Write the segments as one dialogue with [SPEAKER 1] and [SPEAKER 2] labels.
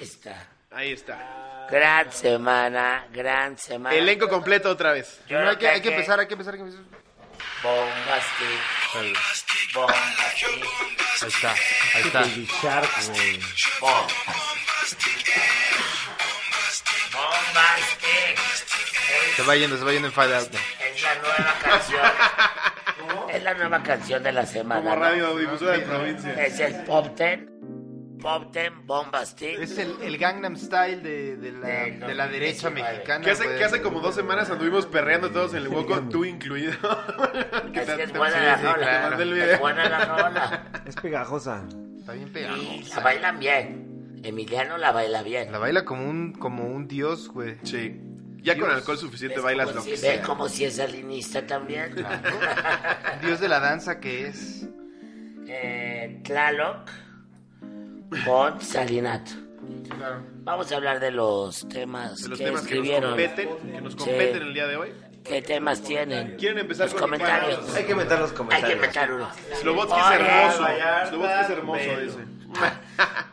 [SPEAKER 1] está.
[SPEAKER 2] Ahí está.
[SPEAKER 1] Gran semana, gran semana.
[SPEAKER 2] Elenco completo otra vez.
[SPEAKER 1] Yo
[SPEAKER 3] No, hay, que,
[SPEAKER 1] creo
[SPEAKER 3] hay que
[SPEAKER 1] que-
[SPEAKER 3] empezar, hay que empezar, hay que empezar.
[SPEAKER 1] Bombastic, bombastic,
[SPEAKER 4] Ahí está, ahí está.
[SPEAKER 5] Baby Shark, güey.
[SPEAKER 1] bombastic. Bombastic.
[SPEAKER 3] Se va yendo, se va yendo en Fade Out.
[SPEAKER 1] Es la nueva canción. es la nueva canción de la semana.
[SPEAKER 2] Como
[SPEAKER 1] ¿no?
[SPEAKER 2] radiodifusora de provincia.
[SPEAKER 1] Es el Pop Ten. Pop Ten Bombastic.
[SPEAKER 3] Es el, el Gangnam Style de, de la,
[SPEAKER 1] Del
[SPEAKER 3] de la derecha
[SPEAKER 1] 2019.
[SPEAKER 3] mexicana.
[SPEAKER 2] Que hace,
[SPEAKER 3] güey.
[SPEAKER 2] que hace como dos semanas anduvimos perreando todos en el hueco, tú incluido.
[SPEAKER 1] Es que es
[SPEAKER 2] te-
[SPEAKER 1] buena
[SPEAKER 2] sí,
[SPEAKER 1] la
[SPEAKER 2] sí,
[SPEAKER 1] rola.
[SPEAKER 2] te mandé el
[SPEAKER 1] Es
[SPEAKER 2] video.
[SPEAKER 1] buena la rola.
[SPEAKER 5] Es pegajosa.
[SPEAKER 3] Está bien
[SPEAKER 1] Y
[SPEAKER 3] pegajosa.
[SPEAKER 1] la bailan bien. Emiliano la baila bien.
[SPEAKER 3] La baila como un, como un dios, güey.
[SPEAKER 2] Sí. Ya con alcohol suficiente
[SPEAKER 1] ¿Ves
[SPEAKER 2] bailas
[SPEAKER 1] cómo
[SPEAKER 2] lo
[SPEAKER 1] si-
[SPEAKER 2] que
[SPEAKER 1] ¿Ves
[SPEAKER 2] sea.
[SPEAKER 1] cómo si es salinista también?
[SPEAKER 3] Un dios de la danza que es.
[SPEAKER 1] Eh, Tlaloc con Salinato. Vamos a hablar de los temas
[SPEAKER 2] De los
[SPEAKER 1] que
[SPEAKER 2] temas que nos
[SPEAKER 1] escribieron.
[SPEAKER 2] competen, que nos competen
[SPEAKER 1] Sí.
[SPEAKER 2] el día de hoy.
[SPEAKER 1] ¿Qué temas tienen?
[SPEAKER 2] ¿Quieren empezar
[SPEAKER 1] los
[SPEAKER 2] con
[SPEAKER 1] comentarios?
[SPEAKER 2] Nicolás?
[SPEAKER 5] Hay que meter los
[SPEAKER 1] Hay que
[SPEAKER 5] comentarios.
[SPEAKER 1] inventar uno.
[SPEAKER 2] Slobotsky es
[SPEAKER 1] Oye,
[SPEAKER 2] hermoso. Slobotsky es hermoso, dice.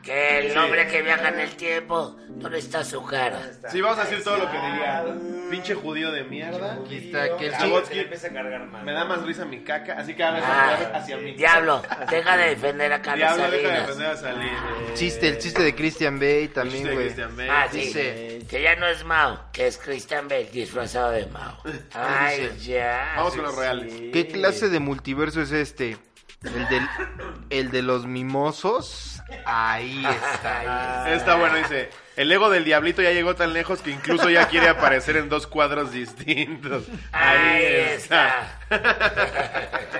[SPEAKER 1] Que el hombre que viaja en el tiempo, ¿dónde está su cara?
[SPEAKER 2] Sí, vamos a decir todo lo que diría. Pinche judío de mierda.
[SPEAKER 3] Aquí está, que el
[SPEAKER 2] Slobotsky.
[SPEAKER 3] chico.
[SPEAKER 2] Trotsky.
[SPEAKER 4] empieza a cargar más.
[SPEAKER 2] Me da más risa mi caca, así que ahora es
[SPEAKER 1] Ah,
[SPEAKER 2] hacia mí.
[SPEAKER 1] diablo, deja de defender a Carlos
[SPEAKER 2] Diablo, deja de
[SPEAKER 1] Salinas.
[SPEAKER 2] aprender a salir.
[SPEAKER 3] Chiste, el chiste de Christian Bale también,
[SPEAKER 2] Chiste de
[SPEAKER 3] güey.
[SPEAKER 2] Christian Bale.
[SPEAKER 1] Ah, sí.
[SPEAKER 3] Dice-
[SPEAKER 1] Que ya no es Mao, que es Christian Bale disfrazado de Mao. Ay, ya.
[SPEAKER 2] Vamos con los reales.
[SPEAKER 3] ¿Qué clase de multiverso es este? El, del, el de los mimosos. Ahí está.
[SPEAKER 2] Está bueno, dice. El ego del diablito ya llegó tan lejos que incluso ya quiere aparecer en dos cuadros distintos.
[SPEAKER 1] Ahí está.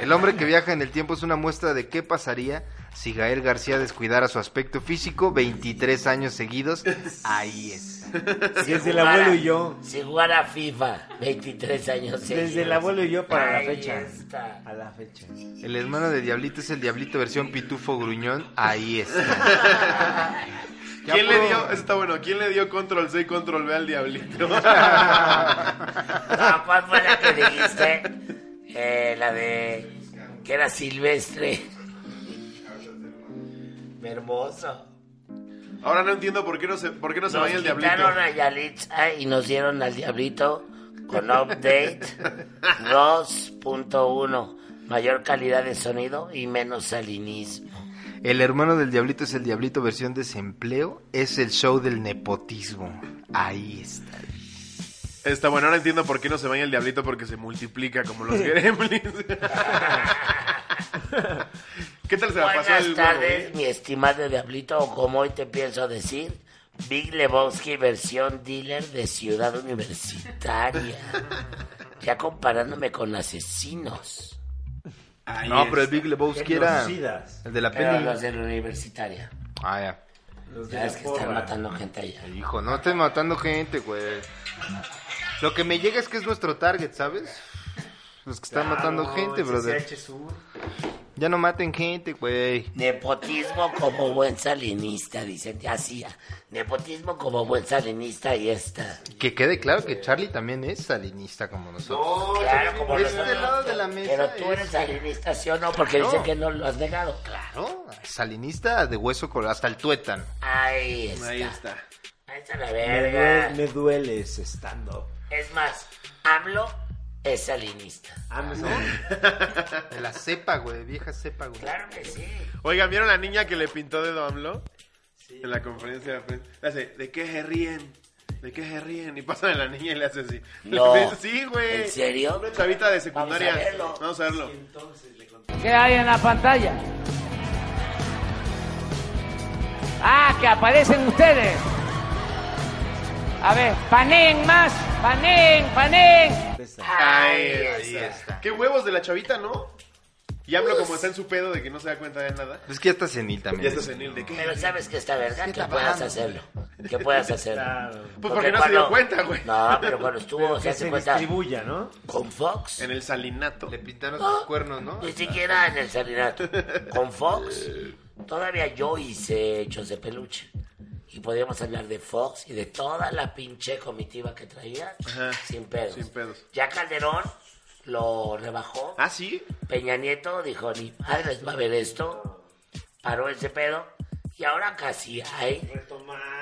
[SPEAKER 3] El hombre que viaja en el tiempo es una muestra de qué pasaría si Gael García descuidara su aspecto físico 23 años seguidos. Ahí está.
[SPEAKER 5] Desde el
[SPEAKER 1] Jugara-
[SPEAKER 5] abuelo y yo.
[SPEAKER 1] Si jugara FIFA, 23 años
[SPEAKER 5] Desde el
[SPEAKER 1] seguidos.
[SPEAKER 5] abuelo y yo para la
[SPEAKER 1] Ahí
[SPEAKER 5] fecha.
[SPEAKER 1] está.
[SPEAKER 5] A la fecha.
[SPEAKER 3] El hermano de Diablito es el Diablito versión Pitufo Gruñón. Ahí está. Ya
[SPEAKER 2] ¿Quién le
[SPEAKER 3] puedo-
[SPEAKER 2] dio? Está bueno. ¿Quién le dio control C y control B al diablito?
[SPEAKER 1] No, ¿Cuál fue la que dijiste? Eh, la de que era silvestre. Hermoso.
[SPEAKER 2] Ahora no entiendo por qué no se, por qué no se
[SPEAKER 1] Nos
[SPEAKER 2] baña el diablito.
[SPEAKER 1] quitaron a Yalitza y nos dieron al diablito con update 2.1. Mayor calidad de sonido y menos salinismo.
[SPEAKER 3] El hermano del Diablito es el Diablito versión desempleo. Es el show del nepotismo. Ahí está.
[SPEAKER 2] Está bueno, ahora entiendo por qué no se baña el diablito porque se multiplica como los gremlins. ¿Qué tal se la pasó el
[SPEAKER 1] Buenas
[SPEAKER 2] huevo,
[SPEAKER 1] tardes,
[SPEAKER 2] eh?
[SPEAKER 1] mi estimado diablito, o como hoy te pienso decir, Big Lebowski versión dealer de Ciudad Universitaria. ya comparándome con asesinos.
[SPEAKER 2] Ahí
[SPEAKER 3] No,
[SPEAKER 2] es.
[SPEAKER 3] pero el Big Lebowski era
[SPEAKER 5] Genocidas.
[SPEAKER 3] el de la
[SPEAKER 1] Pero
[SPEAKER 3] peli.
[SPEAKER 1] los de la universitaria.
[SPEAKER 3] Ah, ya.
[SPEAKER 5] Los de
[SPEAKER 1] Ya
[SPEAKER 5] la
[SPEAKER 1] es que están
[SPEAKER 5] porra.
[SPEAKER 1] matando gente allá.
[SPEAKER 3] Hijo, no estés matando gente, güey. Lo que me llega es que es nuestro target, ¿sabes? Los que están matando gente, brother.
[SPEAKER 5] CCH Sur.
[SPEAKER 3] Ya no maten gente, güey.
[SPEAKER 1] Nepotismo como buen salinista, dicen. Así, ah, nepotismo como buen salinista y está.
[SPEAKER 3] Que quede claro que Charlie también es salinista como nosotros.
[SPEAKER 1] Claro, como
[SPEAKER 3] de
[SPEAKER 1] lo
[SPEAKER 3] este
[SPEAKER 1] son los
[SPEAKER 3] lado
[SPEAKER 1] otros.
[SPEAKER 3] de la mesa
[SPEAKER 1] Pero tú
[SPEAKER 3] es-
[SPEAKER 1] eres salinista, ¿sí o no? Porque
[SPEAKER 3] No.
[SPEAKER 1] dicen que no lo has negado. Claro.
[SPEAKER 3] No, salinista de hueso colorado, hasta el tuétano.
[SPEAKER 1] Ahí está.
[SPEAKER 2] Ahí está.
[SPEAKER 1] Ahí está la
[SPEAKER 5] Me,
[SPEAKER 1] verga.
[SPEAKER 5] due- me dueles estando.
[SPEAKER 1] Es más, AMLO es salinista.
[SPEAKER 5] Ah, me
[SPEAKER 3] De la cepa, güey, vieja cepa, güey.
[SPEAKER 1] Claro que sí.
[SPEAKER 2] Oigan, ¿vieron la niña que le pintó dedo a AMLO? En la conferencia de prensa. Le hace, ¿de qué se ríen? ¿De qué se ríen? Y pasa de la niña y le hace así.
[SPEAKER 1] No.
[SPEAKER 2] Le hace, sí, güey.
[SPEAKER 1] ¿En serio?
[SPEAKER 2] Una chavita de secundaria.
[SPEAKER 1] Vamos a verlo.
[SPEAKER 2] Vamos a verlo.
[SPEAKER 6] ¿Qué hay en la pantalla? Ah, que aparecen ustedes. A ver, panen más, panen, panen.
[SPEAKER 1] Ahí
[SPEAKER 3] ahí
[SPEAKER 1] está.
[SPEAKER 3] está.
[SPEAKER 2] Qué huevos de la chavita, ¿no? Y AMLO como está en su pedo de que no se da cuenta de nada.
[SPEAKER 3] Es que ya está senil también.
[SPEAKER 2] Ya está senil, ¿de qué? se
[SPEAKER 1] Pero
[SPEAKER 2] ríen?
[SPEAKER 1] sabes que está verga
[SPEAKER 3] Sí,
[SPEAKER 1] que
[SPEAKER 3] está
[SPEAKER 1] puedas
[SPEAKER 3] bajando.
[SPEAKER 1] hacerlo. Que puedas hacerlo.
[SPEAKER 2] Pues porque no se dio cuenta, güey.
[SPEAKER 1] No, pero cuando estuvo, o sea,
[SPEAKER 5] Que
[SPEAKER 1] se
[SPEAKER 5] se
[SPEAKER 1] hace cuenta
[SPEAKER 5] distribuya, ¿no?
[SPEAKER 1] con Fox.
[SPEAKER 2] En el salinato.
[SPEAKER 3] Le pintaron sus cuernos, ¿no?
[SPEAKER 1] Ni siquiera en el salinato. Con Fox, todavía yo hice hechos de peluche. Y podíamos hablar de Fox y de toda la pinche comitiva que traía
[SPEAKER 2] Ajá.
[SPEAKER 1] sin pedos.
[SPEAKER 2] Sin pedos.
[SPEAKER 1] Ya Calderón lo rebajó.
[SPEAKER 2] Ah, sí.
[SPEAKER 1] Peña Nieto dijo, ni padres va a ver esto. Paró ese pedo. Y ahora casi hay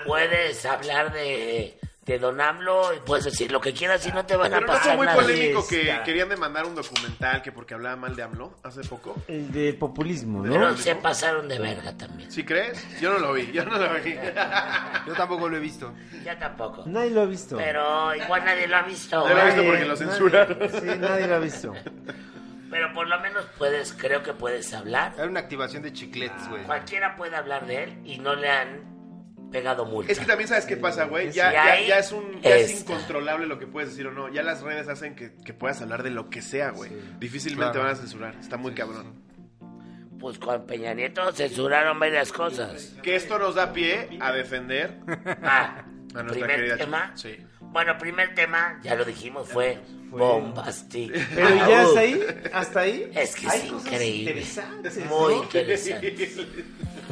[SPEAKER 1] Puedes hablar de, de Don AMLO y puedes decir lo que quieras y no te van a
[SPEAKER 2] Pero no fue
[SPEAKER 1] pasar
[SPEAKER 2] muy
[SPEAKER 1] nada.
[SPEAKER 2] polémico que
[SPEAKER 5] Está.
[SPEAKER 2] querían demandar un documental que porque hablaba mal de AMLO hace poco.
[SPEAKER 5] El de populismo, ¿no?
[SPEAKER 1] Pero se pasaron de verga también.
[SPEAKER 2] ¿Sí crees? Yo no lo vi, yo no lo vi.
[SPEAKER 3] Yo tampoco lo he visto.
[SPEAKER 1] Ya tampoco.
[SPEAKER 5] Nadie lo ha visto.
[SPEAKER 1] Pero igual nadie lo ha visto.
[SPEAKER 2] Nadie lo ha
[SPEAKER 1] güey.
[SPEAKER 2] visto porque lo censuraron.
[SPEAKER 5] nadie- sí, nadie lo ha visto.
[SPEAKER 1] Pero por lo menos puedes, creo que puedes hablar.
[SPEAKER 3] Era una activación de chicletes, güey.
[SPEAKER 1] Cualquiera puede hablar de él y no le han pegado multa.
[SPEAKER 2] Es que también sabes qué pasa, güey.
[SPEAKER 1] Y
[SPEAKER 2] Ya, ya,
[SPEAKER 1] ahí
[SPEAKER 2] ya es un ya es
[SPEAKER 1] está.
[SPEAKER 2] incontrolable lo que puedes decir o no. Ya las redes hacen que, que puedas hablar de lo que sea, güey. Difícilmente
[SPEAKER 3] Claro.
[SPEAKER 2] van a censurar. Está muy cabrón.
[SPEAKER 1] Pues con Peña Nieto censuraron varias cosas.
[SPEAKER 2] Que esto nos da pie a defender
[SPEAKER 1] Ah,
[SPEAKER 2] a nuestra
[SPEAKER 1] primer
[SPEAKER 2] querida.
[SPEAKER 1] tema.
[SPEAKER 2] Sí.
[SPEAKER 1] Bueno, primer tema, ya lo dijimos, fue, Bombastic.
[SPEAKER 5] Pero ya hasta ahí, hasta ahí.
[SPEAKER 1] Es que
[SPEAKER 5] hay
[SPEAKER 1] es
[SPEAKER 5] cosas
[SPEAKER 1] increíble.
[SPEAKER 5] interesantes,
[SPEAKER 1] Muy
[SPEAKER 5] ¿no?
[SPEAKER 1] interesante.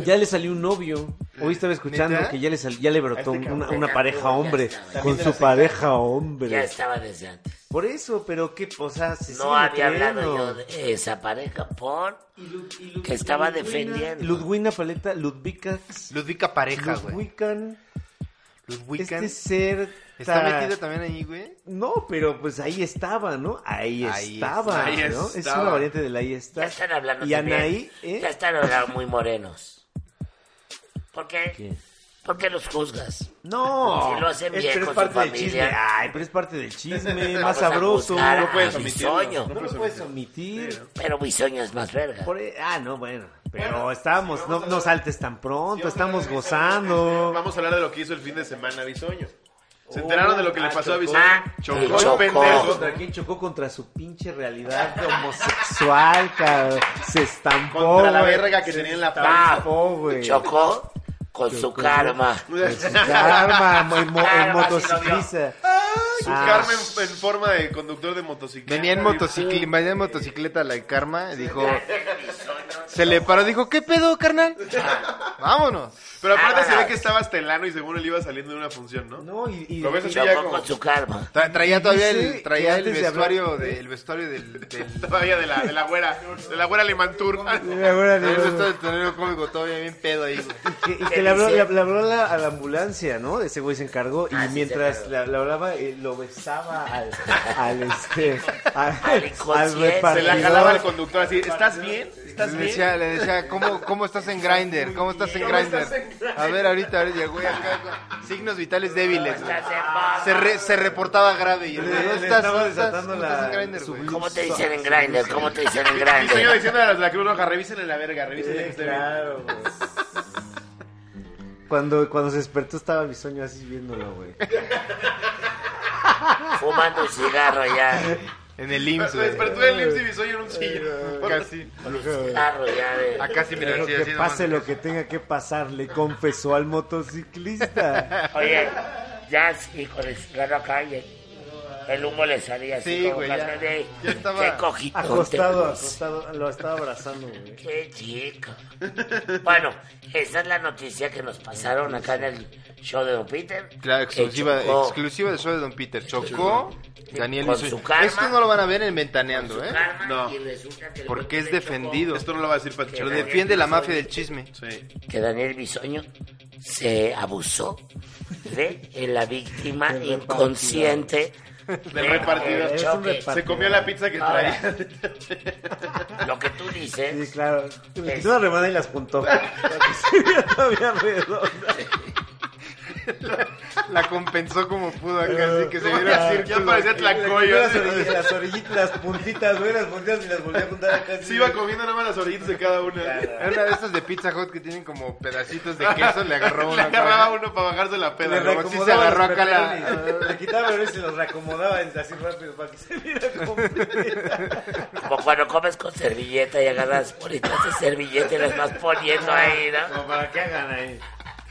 [SPEAKER 5] Ya le salió un novio. Hoy estaba escuchando
[SPEAKER 3] ¿Neta?
[SPEAKER 5] que ya le, sal- ya le brotó
[SPEAKER 2] A este
[SPEAKER 5] una,
[SPEAKER 1] cabrón.
[SPEAKER 5] una pareja hombre.
[SPEAKER 1] Ya está.
[SPEAKER 5] Con su pareja
[SPEAKER 1] Ya
[SPEAKER 5] hombre.
[SPEAKER 1] estaba desde antes.
[SPEAKER 5] Por eso, pero qué cosa. se
[SPEAKER 1] No
[SPEAKER 5] siguen
[SPEAKER 1] había hablado
[SPEAKER 5] creyendo.
[SPEAKER 1] yo de esa pareja por
[SPEAKER 5] Y Lu- y Lu-
[SPEAKER 1] que estaba
[SPEAKER 5] Ludwina-
[SPEAKER 1] defendiendo.
[SPEAKER 5] Ludwina Paleta, Ludvicax.
[SPEAKER 3] Ludvica pareja, güey.
[SPEAKER 5] Ludwican.
[SPEAKER 3] Ludvican.
[SPEAKER 5] Este ser.
[SPEAKER 3] ¿Está
[SPEAKER 5] tan-
[SPEAKER 3] metida también ahí, güey?
[SPEAKER 5] No, pero pues ahí estaba, ¿no? Ahí,
[SPEAKER 3] Ahí
[SPEAKER 5] estaba,
[SPEAKER 2] está.
[SPEAKER 5] ¿no?
[SPEAKER 2] Ahí
[SPEAKER 5] Es
[SPEAKER 2] estaba.
[SPEAKER 5] una variante del ahí está.
[SPEAKER 1] Ya están hablando
[SPEAKER 5] Y
[SPEAKER 1] también.
[SPEAKER 5] Anaí, ¿eh?
[SPEAKER 1] Ya están hablando muy morenos. ¿Por qué?
[SPEAKER 5] ¿Qué?
[SPEAKER 1] ¿Por qué los juzgas?
[SPEAKER 5] No,
[SPEAKER 1] Si lo hacen bien con
[SPEAKER 5] pero es
[SPEAKER 1] su
[SPEAKER 5] parte del
[SPEAKER 1] familia.
[SPEAKER 5] chisme. Ay, pero es parte del chisme, más
[SPEAKER 1] Vamos a Ah,
[SPEAKER 5] sabroso.
[SPEAKER 1] juzgar
[SPEAKER 5] No
[SPEAKER 1] a
[SPEAKER 5] puedes,
[SPEAKER 2] puedes omitirlo.
[SPEAKER 1] Bisoño.
[SPEAKER 5] no lo puedes omitir.
[SPEAKER 1] Pero Bisoño es más verga.
[SPEAKER 5] Por e- ah, no, bueno. Pero estamos, no, no saltes tan pronto, estamos gozando.
[SPEAKER 2] Vamos a hablar de lo que hizo el fin de semana Bisoño. ¿Se enteraron de lo que le
[SPEAKER 5] Ah,
[SPEAKER 2] pasó a
[SPEAKER 5] chocó.
[SPEAKER 2] Bisoño?
[SPEAKER 1] Uh, Ah,
[SPEAKER 2] Chocó,
[SPEAKER 1] sí,
[SPEAKER 2] el
[SPEAKER 1] chocó.
[SPEAKER 2] pendejo.
[SPEAKER 5] ¿Contra quién chocó? Contra su pinche realidad homosexual, cabrón. Se estampó.
[SPEAKER 2] Contra la
[SPEAKER 5] güey.
[SPEAKER 2] verga que tenía en la
[SPEAKER 1] Ah,
[SPEAKER 2] panza.
[SPEAKER 5] Oh, güey.
[SPEAKER 1] chocó con su karma.
[SPEAKER 5] Karma, mo- mo-
[SPEAKER 1] Karma,
[SPEAKER 5] en motociclista.
[SPEAKER 2] Su
[SPEAKER 5] Ah.
[SPEAKER 2] Carmen en forma de conductor de motocicleta.
[SPEAKER 3] Venía en, motocicleta, venía en motocicleta la Karma, dijo... Se le paró, dijo, ¿qué pedo, carnal? Vámonos.
[SPEAKER 2] Pero aparte
[SPEAKER 1] Ah,
[SPEAKER 2] se ve
[SPEAKER 1] ah.
[SPEAKER 2] que estaba hasta el ano y según él iba saliendo de una función, ¿no?
[SPEAKER 5] No, y, y-
[SPEAKER 2] Lo ves así ya
[SPEAKER 1] Chocó
[SPEAKER 2] como
[SPEAKER 1] con su karma.
[SPEAKER 3] Tra- traía todavía
[SPEAKER 5] Dice
[SPEAKER 3] el, traía
[SPEAKER 5] que
[SPEAKER 3] el
[SPEAKER 5] antes de hablar-
[SPEAKER 3] vestuario, de- el vestuario del... del-
[SPEAKER 2] todavía de la, de la güera, de la güera Limantur.
[SPEAKER 5] y
[SPEAKER 3] traía
[SPEAKER 5] ahora
[SPEAKER 3] el
[SPEAKER 5] le-
[SPEAKER 3] vestuario del tornero cómico todavía bien pedo ahí, güey.
[SPEAKER 5] y que, y
[SPEAKER 1] ¿Qué
[SPEAKER 5] que le habló,
[SPEAKER 1] dice?
[SPEAKER 5] le, le habló a la, a la ambulancia, ¿no? Ese güey se encargó
[SPEAKER 1] Ah,
[SPEAKER 5] y
[SPEAKER 1] sí,
[SPEAKER 5] mientras
[SPEAKER 1] se
[SPEAKER 5] la- la hablaba eh, lo besaba al, al este al,
[SPEAKER 1] inconsciente.
[SPEAKER 2] Se la jalaba el
[SPEAKER 5] repartidor.
[SPEAKER 2] conductor así, ¿estás bien? ¿Estás
[SPEAKER 3] Le
[SPEAKER 2] bien?
[SPEAKER 3] decía, le decía, ¿cómo, cómo estás en Grinder? ¿Cómo estás en
[SPEAKER 2] ¿Cómo estás en
[SPEAKER 3] Grinder? A ver, ahorita, ahorita, y el güey, acá, con signos vitales débiles. güey.
[SPEAKER 1] Estás en paz.
[SPEAKER 3] Se, re- se reportaba grave y el
[SPEAKER 5] Le-
[SPEAKER 3] güey,
[SPEAKER 5] le
[SPEAKER 3] ¿no estás,
[SPEAKER 5] estaba
[SPEAKER 3] no estás,
[SPEAKER 5] desatando
[SPEAKER 3] no estás en
[SPEAKER 5] la-
[SPEAKER 3] Grindr,
[SPEAKER 5] su
[SPEAKER 3] güey?
[SPEAKER 5] blusa.
[SPEAKER 1] ¿Cómo te dicen en Grindr? ¿Cómo te dicen en
[SPEAKER 2] Y soy yo
[SPEAKER 1] Grindr?
[SPEAKER 2] diciendo a los de la Cruz Roja, revísenle la verga, revísenle que
[SPEAKER 5] Sí,
[SPEAKER 2] esté bien.
[SPEAKER 5] claro, güey. Cuando, cuando se despertó estaba mi sueño así viéndolo, güey.
[SPEAKER 1] Fumando un cigarro ya.
[SPEAKER 3] En el IMSS,
[SPEAKER 2] Se
[SPEAKER 3] güey.
[SPEAKER 2] despertó el Lips y Bisoño en un sillón.
[SPEAKER 3] Casi.
[SPEAKER 1] Cigarro ya de...
[SPEAKER 3] Acá sí, mira,
[SPEAKER 5] Pero
[SPEAKER 3] así, así
[SPEAKER 5] que
[SPEAKER 3] nomás.
[SPEAKER 5] pase lo que tenga que pasar, le confesó al motociclista.
[SPEAKER 1] Oye, ya sí, con el cigarro acá y el, el humo le salía así.
[SPEAKER 3] Sí,
[SPEAKER 1] como
[SPEAKER 3] güey, ya.
[SPEAKER 1] cuando de-
[SPEAKER 3] Ya estaba
[SPEAKER 1] qué cojito
[SPEAKER 5] Acostado,
[SPEAKER 1] te puse.
[SPEAKER 5] acostado, lo estaba abrazando, güey.
[SPEAKER 1] Qué chico. Bueno, esa es la noticia que nos pasaron acá en el show de Don Peter.
[SPEAKER 3] Claro,
[SPEAKER 1] que
[SPEAKER 3] exclusiva,
[SPEAKER 1] chocó
[SPEAKER 3] exclusiva del show de Don Peter. Chocó Daniel
[SPEAKER 1] Con
[SPEAKER 3] Bisoño.
[SPEAKER 1] su karma.
[SPEAKER 3] Esto no lo van a ver en Ventaneando,
[SPEAKER 1] su
[SPEAKER 3] ¿eh?
[SPEAKER 1] karma
[SPEAKER 2] No.
[SPEAKER 1] y resulta que el
[SPEAKER 3] Porque es
[SPEAKER 1] güey que le
[SPEAKER 3] defendido.
[SPEAKER 2] Esto no lo va a decir Pacho.
[SPEAKER 3] Lo defiende la mafia del chisme.
[SPEAKER 2] Sí.
[SPEAKER 1] chocó, Que Daniel Bisoño se abusó de la víctima inconsciente
[SPEAKER 2] Del repartidor.
[SPEAKER 1] del
[SPEAKER 5] Es un
[SPEAKER 1] choque.
[SPEAKER 5] repartidor.
[SPEAKER 2] Se comió la pizza que
[SPEAKER 1] Ahora.
[SPEAKER 2] traía.
[SPEAKER 1] Lo que tú dices
[SPEAKER 5] Sí, claro. Le quitó una rebanada y las juntó. Para que se viera todavía redonda.
[SPEAKER 3] La compensó como pudo acá, así que se viera
[SPEAKER 2] Ya-
[SPEAKER 3] el
[SPEAKER 2] Ya
[SPEAKER 3] círculo.
[SPEAKER 2] parecía tlacoyo.
[SPEAKER 5] Las orillitas, las orillitas, las puntitas, güey, las puntitas y las volví a juntar acá.
[SPEAKER 2] Se iba comiendo nada más las orillitas de cada una.
[SPEAKER 3] Era una de esas de Pizza Hut que tienen como pedacitos de queso, le agarró
[SPEAKER 2] Le
[SPEAKER 3] una.
[SPEAKER 2] agarraba uno para bajarse la
[SPEAKER 5] Le
[SPEAKER 2] peda. ¿no?
[SPEAKER 3] reacomodó. sí
[SPEAKER 5] reacomodaba
[SPEAKER 3] se agarró acá la-
[SPEAKER 5] los pepperonis. Le quitaba el y los reacomodaba así rápido para que se viera completa.
[SPEAKER 1] Como cuando comes con servilleta y agarras bolitas de servilleta y las vas poniendo ahí, ¿no?
[SPEAKER 5] Como para que hagan ahí.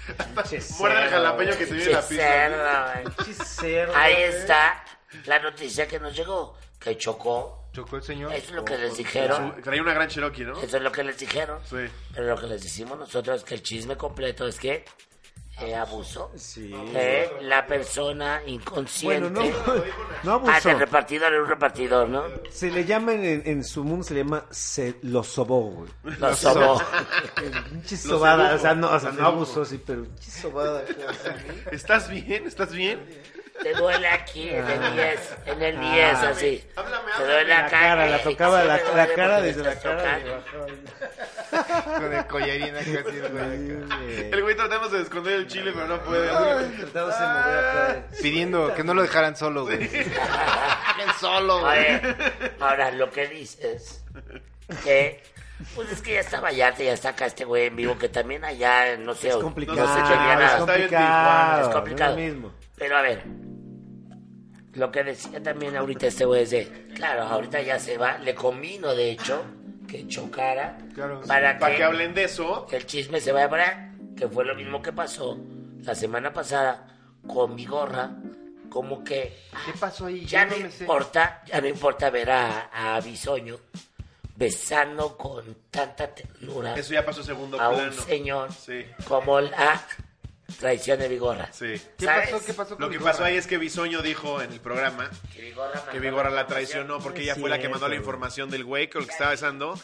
[SPEAKER 2] Muerde el jalapeño que se viene en la
[SPEAKER 1] Pinche
[SPEAKER 2] pizza. ¿no?
[SPEAKER 1] cerdo, güey.
[SPEAKER 5] Chisero.
[SPEAKER 1] Ahí está la noticia que nos llegó, que chocó.
[SPEAKER 3] Chocó el señor.
[SPEAKER 1] Eso es lo que les dijeron.
[SPEAKER 2] Su- Traía una gran Cherokee, ¿no?
[SPEAKER 1] Eso es lo que les dijeron.
[SPEAKER 2] Sí.
[SPEAKER 1] Pero lo que les decimos nosotros es que el chisme completo es que eh, abuso
[SPEAKER 5] Sí.
[SPEAKER 1] de la persona inconsciente
[SPEAKER 5] Bueno, no, no
[SPEAKER 1] Ah, del
[SPEAKER 5] abusó.
[SPEAKER 1] repartidor es un repartidor, ¿no?
[SPEAKER 5] Se le llama en, en su mundo, se le llama se lo sobó, güey.
[SPEAKER 1] Lo sobó.
[SPEAKER 5] Pinche
[SPEAKER 2] Lo
[SPEAKER 5] sobada,
[SPEAKER 2] sedujo,
[SPEAKER 5] o sea, no, o
[SPEAKER 2] lo
[SPEAKER 5] sea, no
[SPEAKER 2] sedujo.
[SPEAKER 5] abusó, sí, pero pinche sobada.
[SPEAKER 2] ¿Estás bien? ¿Estás bien?
[SPEAKER 1] Te duele aquí, en el 10, en el 10, así.
[SPEAKER 2] háblame,
[SPEAKER 1] Te duele
[SPEAKER 5] Ah. La
[SPEAKER 1] acá,
[SPEAKER 5] cara,
[SPEAKER 1] eh,
[SPEAKER 5] la tocaba
[SPEAKER 1] sí,
[SPEAKER 5] la,
[SPEAKER 1] me duele
[SPEAKER 5] la cara
[SPEAKER 1] porque me
[SPEAKER 5] desde la
[SPEAKER 1] estás tocando.
[SPEAKER 5] cara.
[SPEAKER 3] Con el collarín acá así, güey, acá.
[SPEAKER 2] El güey tratamos de esconder el chile, pero no puede.
[SPEAKER 5] Tratamos de mover acá.
[SPEAKER 3] Pidiendo que no lo dejaran solo, güey. Dejen solo, güey.
[SPEAKER 1] Oye, ahora lo que dices, que pues es que ya está Vallarta, ya está acá este güey en vivo, que también allá, no sé,
[SPEAKER 5] Es
[SPEAKER 1] no
[SPEAKER 5] complicado,
[SPEAKER 1] sé ah, qué día
[SPEAKER 5] es
[SPEAKER 1] era,
[SPEAKER 2] está bien Tijuana,
[SPEAKER 5] complicado.
[SPEAKER 1] es complicado.
[SPEAKER 5] no es lo mismo.
[SPEAKER 1] Pero a ver, lo que decía también ahorita este güey es de, claro, ahorita ya se va, le convino de hecho que chocara para,
[SPEAKER 2] Para
[SPEAKER 1] que,
[SPEAKER 2] que hablen de eso,
[SPEAKER 1] el chisme se vaya para allá, que fue lo mismo que pasó la semana pasada con mi gorra, como que
[SPEAKER 3] ¿Qué pasó ahí?
[SPEAKER 1] ya
[SPEAKER 3] Yo
[SPEAKER 1] no
[SPEAKER 3] me sé.
[SPEAKER 1] importa, ya no importa ver a, a Bisoño besando con tanta ternura
[SPEAKER 2] eso ya pasó a segundo
[SPEAKER 1] a
[SPEAKER 2] plano.
[SPEAKER 1] un señor
[SPEAKER 2] Sí.
[SPEAKER 1] como la traición de Vigorra.
[SPEAKER 2] Sí.
[SPEAKER 3] ¿Qué
[SPEAKER 1] ¿Sabes?
[SPEAKER 3] pasó? ¿Qué pasó? con
[SPEAKER 2] Lo que
[SPEAKER 3] mi
[SPEAKER 2] pasó
[SPEAKER 3] gorra?
[SPEAKER 2] ahí es que Bisoño dijo en el programa
[SPEAKER 1] Que Vigorra, mandó
[SPEAKER 2] que Vigora la
[SPEAKER 1] información.
[SPEAKER 2] traicionó porque
[SPEAKER 5] No
[SPEAKER 2] ella
[SPEAKER 5] es
[SPEAKER 2] fue la que
[SPEAKER 5] cierto,
[SPEAKER 2] mandó la
[SPEAKER 5] güey.
[SPEAKER 2] información del güey con el que estaba besando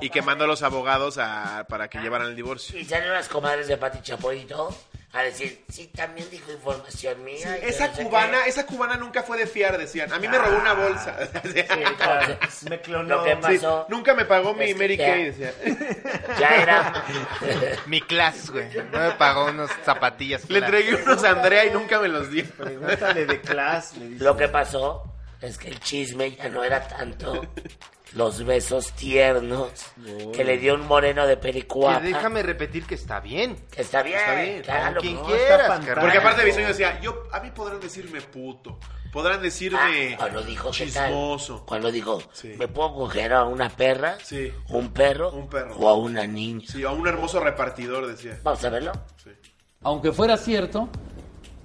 [SPEAKER 2] y que mandó a los abogados a, para que llevaran el divorcio.
[SPEAKER 1] Y salieron las comadres de Pati Chapoy y todo a decir, sí, también dijo información mía. y que
[SPEAKER 2] Esa
[SPEAKER 1] no sé
[SPEAKER 2] cubana,
[SPEAKER 1] qué".
[SPEAKER 2] esa cubana nunca fue de fiar, decían. A mí me robó una bolsa.
[SPEAKER 1] Ah, Sí, entonces,
[SPEAKER 5] Me clonó.
[SPEAKER 1] Lo que
[SPEAKER 2] Sí,
[SPEAKER 1] pasó,
[SPEAKER 2] nunca me pagó mi
[SPEAKER 1] Es que
[SPEAKER 2] Mary
[SPEAKER 1] ya-
[SPEAKER 2] Kay, decía.
[SPEAKER 1] ya era...
[SPEAKER 3] Mi clase, güey. No me pagó unas zapatillas.
[SPEAKER 2] Le
[SPEAKER 3] claro.
[SPEAKER 2] entregué unos a Andrea y nunca me los dio.
[SPEAKER 5] Pregúntale de clase, le dice.
[SPEAKER 1] Lo que pasó es que el chisme ya no era tanto los besos tiernos que le dio un moreno de pericuapa.
[SPEAKER 3] Que déjame repetir que está bien.
[SPEAKER 1] Que está bien,
[SPEAKER 3] Está bien.
[SPEAKER 1] claro.
[SPEAKER 3] Con quien
[SPEAKER 1] no,
[SPEAKER 3] quieras,
[SPEAKER 5] está
[SPEAKER 3] carnal.
[SPEAKER 2] Porque
[SPEAKER 1] Claro.
[SPEAKER 2] aparte Bisoño decía, yo, a mí podrán decirme puto, podrán decirme
[SPEAKER 1] Ah, cuando dijo que tal,
[SPEAKER 2] chismoso.
[SPEAKER 1] cuando dijo,
[SPEAKER 2] Sí.
[SPEAKER 1] me puedo coger a una perra,
[SPEAKER 2] Sí.
[SPEAKER 1] un, perro,
[SPEAKER 2] Un perro.
[SPEAKER 1] o a una niña.
[SPEAKER 2] Sí, a un hermoso repartidor, decía.
[SPEAKER 1] Vamos a verlo.
[SPEAKER 7] aunque fuera cierto,